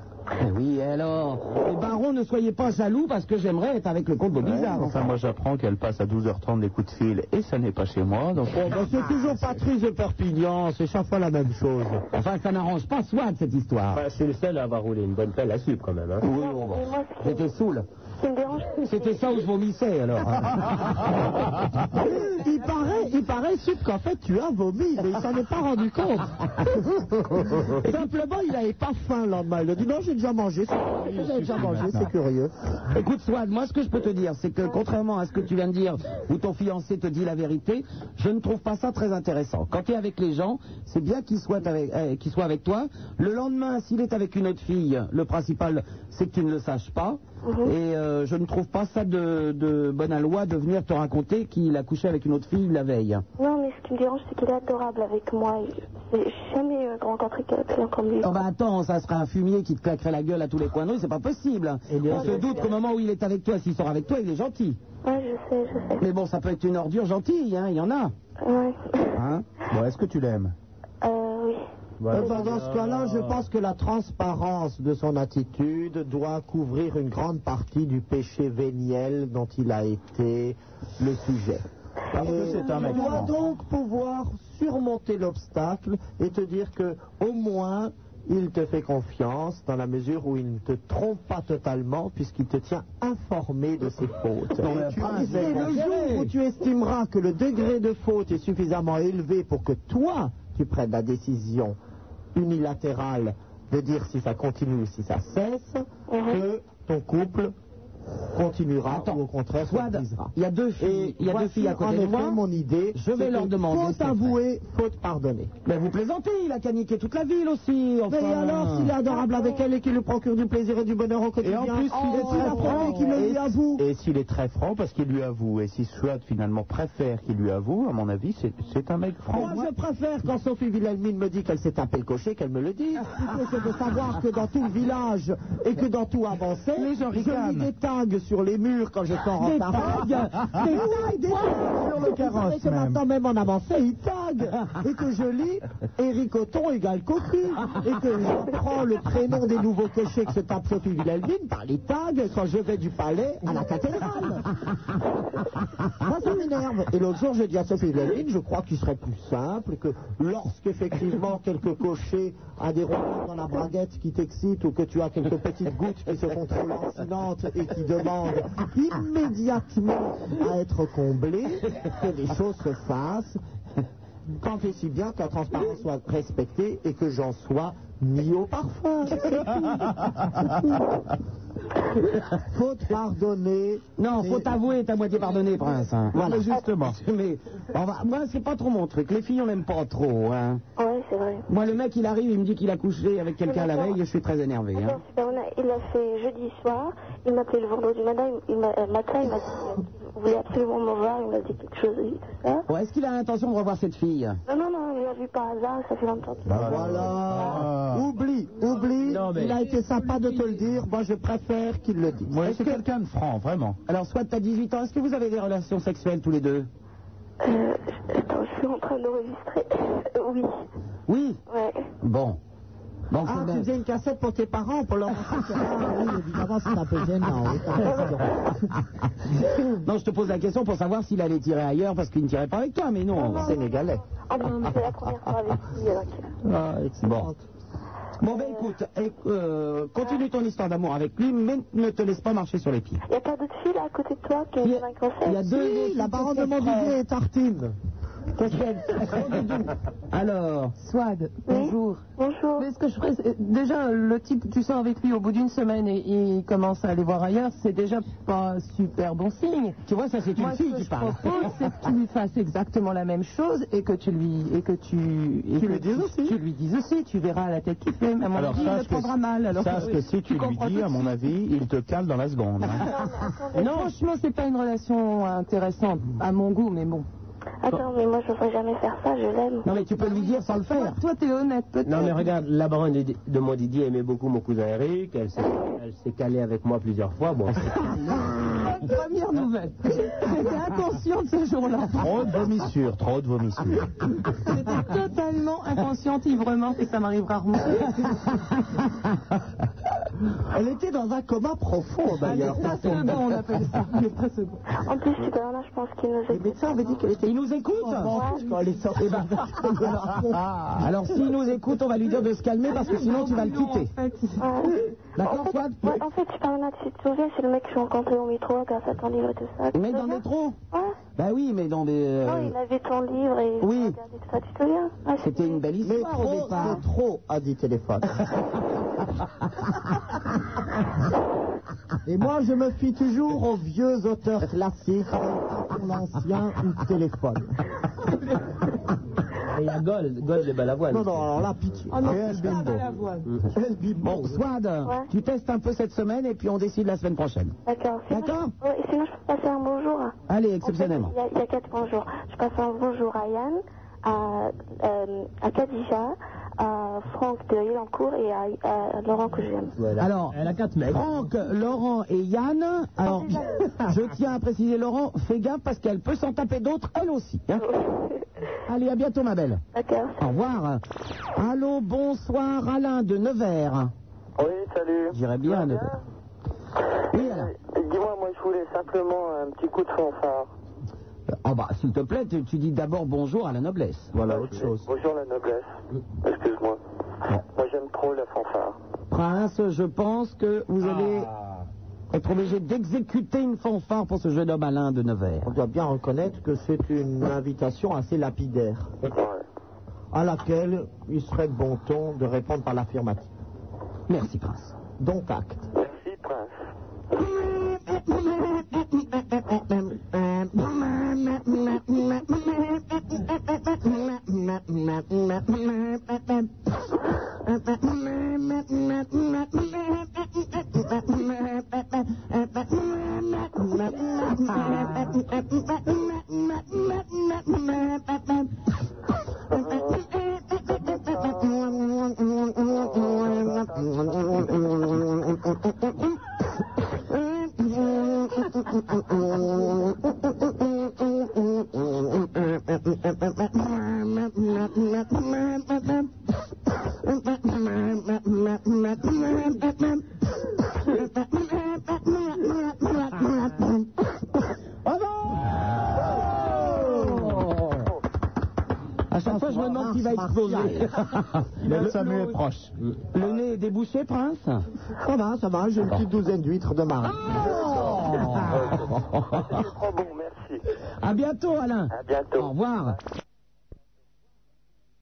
Eh Oui, alors, les barons, ne soyez pas jaloux parce que j'aimerais être avec le comte Bobizard.
Ah, Enfin, moi j'apprends qu'elle passe à 12h30 des coups de fil et ça n'est pas chez moi. Donc...
Oh,
Bon, ben, c'est toujours Patrice de Perpignan, c'est chaque fois la même chose.
Enfin, ça n'arrange pas Swad cette histoire.
Enfin, je suis Bah, le seul à avoir roulé une bonne pelle à Sup quand même. Hein.
J'étais saoul.
Ça
(laughs)
me dérange.
C'était ça où je vomissais alors.
Il paraît, il paraît Sup, qu'en fait tu as vomi, mais il s'en est pas rendu compte.
(laughs)
Simplement, il n'avait pas faim le lendemain. Il a dit non, j'ai déjà mangé. c'est- J'ai déjà mangé, c'est curieux.
Écoute, Swan, moi, ce que je peux te dire, c'est que contrairement à ce que tu viens de dire, où ton fiancé te dit la vérité, je ne trouve pas ça très intéressant. Quand tu es avec les gens, c'est bien qu'ils soient avec, euh, qu'ils soient avec toi. Le lendemain, s'il est avec une autre fille, le principal, c'est que tu ne le saches pas.
Mhm.
Et euh, je ne trouve pas ça de, de bonne loi de venir te raconter qu'il a couché avec une autre fille la veille.
Non, mais ce qui me dérange, c'est qu'il est adorable avec moi. Je n'ai jamais euh, rencontré quelqu'un comme lui.
Oh bah attends, ça serait un fumier qui te claquerait la gueule à tous les coins d'eau, c'est pas possible.
bien,
On se
je
doute
sais.
qu'au moment où il est avec toi, s'il sort avec toi, il est gentil.
Ouais, je sais, je sais.
Mais bon, ça peut être une ordure gentille, hein, il y en a.
Ouais.
Hein
Bon, est-ce que tu l'aimes
Euh, oui.
Eh ben, dans ce cas-là, je pense que la transparence de son attitude doit couvrir une grande partie du péché véniel dont il a été le sujet.
Parce que
Et
c'est un mec
tu dois
franc.
Euh, donc pouvoir surmonter l'obstacle et te dire que au moins il te fait confiance dans la mesure où il ne te trompe pas totalement puisqu'il te tient informé de ses fautes.
Non, mais
Et tu-
après,
et
c'est
c'est le jour où tu estimeras que le degré de faute est suffisamment élevé pour que toi tu prennes la décision unilatérale de dire si ça continue ou si ça cesse que ton couple continuera ou au contraire se brisera.
Il y a deux filles, il y a deux
voici
filles à
en
côté de
effet
moi.
mon idée.
Je vais
c'est
leur
qu'il
demander.
Faut avouer, faute pardonner.
Mais vous plaisantez, il a caniqué toute la ville aussi. Enfin.
Mais alors, s'il est adorable avec elle et qu'il lui procure du plaisir et du bonheur au
Et
quotidien,
en plus,
oh,
il est très
la
franc.
première qui me
Et-
lui avoue.
Et s'il est très franc, parce qu'il lui avoue. Et si Swad finalement préfère qu'il lui avoue, à mon avis, c'est- c'est un mec franc.
Moi, je préfère quand Sophie Villalmine me dit qu'elle s'est tapé le cocher, qu'elle me le dise, plutôt que de savoir que dans tout le village et que dans tout avancé, je lis des tags sur les murs quand je sors en
Des
parade. (laughs)
tags
Des tags, des tags sur le carrosse. Vous savez que maintenant, même en avancé, ils taguent. Et que je (laughs) lis Éric Othon égale cocu. Et que je prends le prénom des nouveaux cochers que se tape Sophie Villalmine par les tags quand je vais du palais à la cathédrale. Moi, ça m'énerve. Et l'autre jour, j'ai dit à Sophie Lavigne, je crois qu'il serait plus simple que lorsqu'effectivement quelque cocher a des rondins dans la braguette qui t'excitent ou que tu as quelques petites gouttes qui se font trop lancinantes et qui demandent immédiatement à être comblées, que les choses se fassent tant et si bien que la transparence soit respectée et que j'en sois mis au parfum. C'est tout. C'est tout.
Faut pardonner.
Non, faut avouer, t'as moitié pardonné, prince. hein.
Voilà. Mais justement.
(laughs) Mais on va- moi, c'est pas trop mon truc. Les filles, on n'aime pas trop. hein.
Ouais, c'est vrai.
Moi, le mec, il arrive, il me dit qu'il a couché avec quelqu'un la veille et je suis très énervé. hein.
Superman, il l'a fait jeudi soir, il m'a appelé le vendredi matin, il m'a euh, matin, il m'a dit qu'il voulait absolument me voir, il m'a dit quelque chose, et tout ça.
Bon, Est-ce qu'il a l'intention de revoir cette fille
Non, non, non, il l'a vu par hasard, ça fait longtemps
Bah,
Bah.
qu'il
Voilà. Oublie, oublie. Il a été sympa de te le dire. Moi, je préfère qu'il le dise.
Est-ce que-
de franc, vraiment.
Alors, soit t'as 18 ans, est-ce que vous avez des relations sexuelles tous les deux
Euh, attends, je suis en train d'enregistrer. Euh, oui.
Oui
Ouais.
Bon. Bon,
Ah,
faut
tu
bien-
faisais une cassette pour tes parents, pour leur
(laughs)
montrer que- Ah oui, évidemment, c'est un peu gênant. oui, t'as raison. (laughs)
non, je te pose la question pour savoir s'il allait tirer ailleurs parce qu'il ne tirait pas avec toi, mais non.
non,
Sénégalais.
Ah ben, c'est la première fois avec lui, alors que-
Ah,
bon. Bon, ben écoute, éc- euh, continue ton histoire d'amour avec lui, mais ne te laisse pas marcher sur les pieds.
Il n'y a pas d'autres filles là à côté de toi qui ont un cancer
Il y a deux mots, la baronne de Montdidier et Tartine.
Qu'est-ce qu'elle
Alors,
Swad, bonjour.
Bonjour.
Mais ce que je ferais, c'est- déjà, le type, tu sors avec lui au bout d'une semaine et il commence à aller voir ailleurs, c'est déjà pas super bon signe.
Tu vois, ça, c'est une
Moi,
fille
ce que
qui
je
parle.
propose, Oh, c'est que tu lui fasses exactement la même chose et que tu lui et que tu et
Tu
que
lui dises aussi.
Tu lui dises aussi. Tu verras la tête qu'il fait. mais À mon avis, il le prendra mal. Alors
sache que si tu lui
comprends tout
dis,
de
à mon avis, il te cale dans la seconde. hein.
Non, Oh, franchement, c'est pas une relation intéressante à mon goût, mais bon.
Attends, mais moi je ne vais jamais faire ça, je l'aime.
Non, mais tu peux lui dire sans le faire.
Toi, t'es honnête, peut-être.
Non, mais regarde, la baronne de, de Montdidier aimait beaucoup mon cousin Eric. Elle s'est- elle s'est calée avec moi plusieurs fois. Bon,
Première (laughs) nouvelle. J'étais inconsciente ce jour-là.
(laughs) Trop de vomissures, trop de
(laughs)
vomissures.
J'étais totalement inconsciente, ivrement, et ça m'arrive rarement.
Elle était dans un coma
Ah,
profond, d'ailleurs.
Un état second, on appelle ça. Un état second.
En plus, Superman, je pense qu'il nous
Les médecins avaient dit qu'elle était...
Il nous écoute
Oh,
Quand elle est sortie.
Eh ben, (laughs) Ah, Alors, s'il nous écoute, on va lui dire de se calmer parce que sinon, tu vas le quitter.
Ouais.
D'accord,
en,
Swad
fait, ouais, en fait, Superman, tu te souviens, c'est le mec que j'ai rencontré au métro grâce à ton livre et tout ça. Tu te
Mais dans le
souviens
métro
Ouais.
Bah oui, mais dans des. euh,
Non, il avait ton livre et il
Oui.
regardait tout ça, tu te souviens Ah,
C'était une belle
Mais
histoire au
trop,
départ.
c'est trop, a dit téléphone. Et moi, je me fie toujours aux vieux auteurs classiques, pour l'ancien ou téléphone.
il y a Gold, Gold de Balavoine.
Non, non, alors là, pitié. Et El Bimbo. El Bimbo.
Eh, Mm. Bon, Swad, tu testes un peu cette semaine et puis on décide la semaine prochaine.
D'accord. Sinon,
D'accord.
je- ouais, sinon, je peux passer un bonjour. hein.
Allez,
En fait,
exceptionnellement.
Il y a- il y, a quatre bonjours. Je passe un bonjour à Yann, à, euh, à Khadija, à Franck de Hillancourt et à, à Laurent que j'aime.
Alors,
Elle a quatre mecs.
Franck, Laurent et Yann, alors, (laughs) je tiens à préciser, Laurent, fais gaffe parce qu'elle peut s'en taper d'autres, elle aussi. hein. Allez, à bientôt, ma belle.
(laughs) D'accord.
Au revoir. Allô, bonsoir, Alain de Nevers.
Oui, salut.
J'irais bien à Nevers. Oui, alors.
Dis-moi, moi je voulais simplement un petit coup de fanfare.
Ah bah, s'il te plaît, tu, tu dis d'abord bonjour à la noblesse.
Bah,
Voilà, autre chose. Bonjour la noblesse. Excuse-moi. Moi j'aime trop la fanfare.
Prince, je pense que vous
Ah.
allez être obligé d'exécuter une fanfare pour ce jeune homme Alain de Nevers.
On doit bien reconnaître que c'est une invitation assez lapidaire, à laquelle il serait de bon ton de répondre par l'affirmative.
Merci, Prince.
Donc acte.
Merci, prince.
À chaque fois, je me demande qui va exploser. (laughs) Samuel est proche. Le nez est débouché, Prince
Ça va, ça va, j'ai une petite douzaine d'huîtres de marin.
C'est trop bon, merci.
Ah,
Ah.
À bientôt, Alain.
À bientôt.
Au revoir.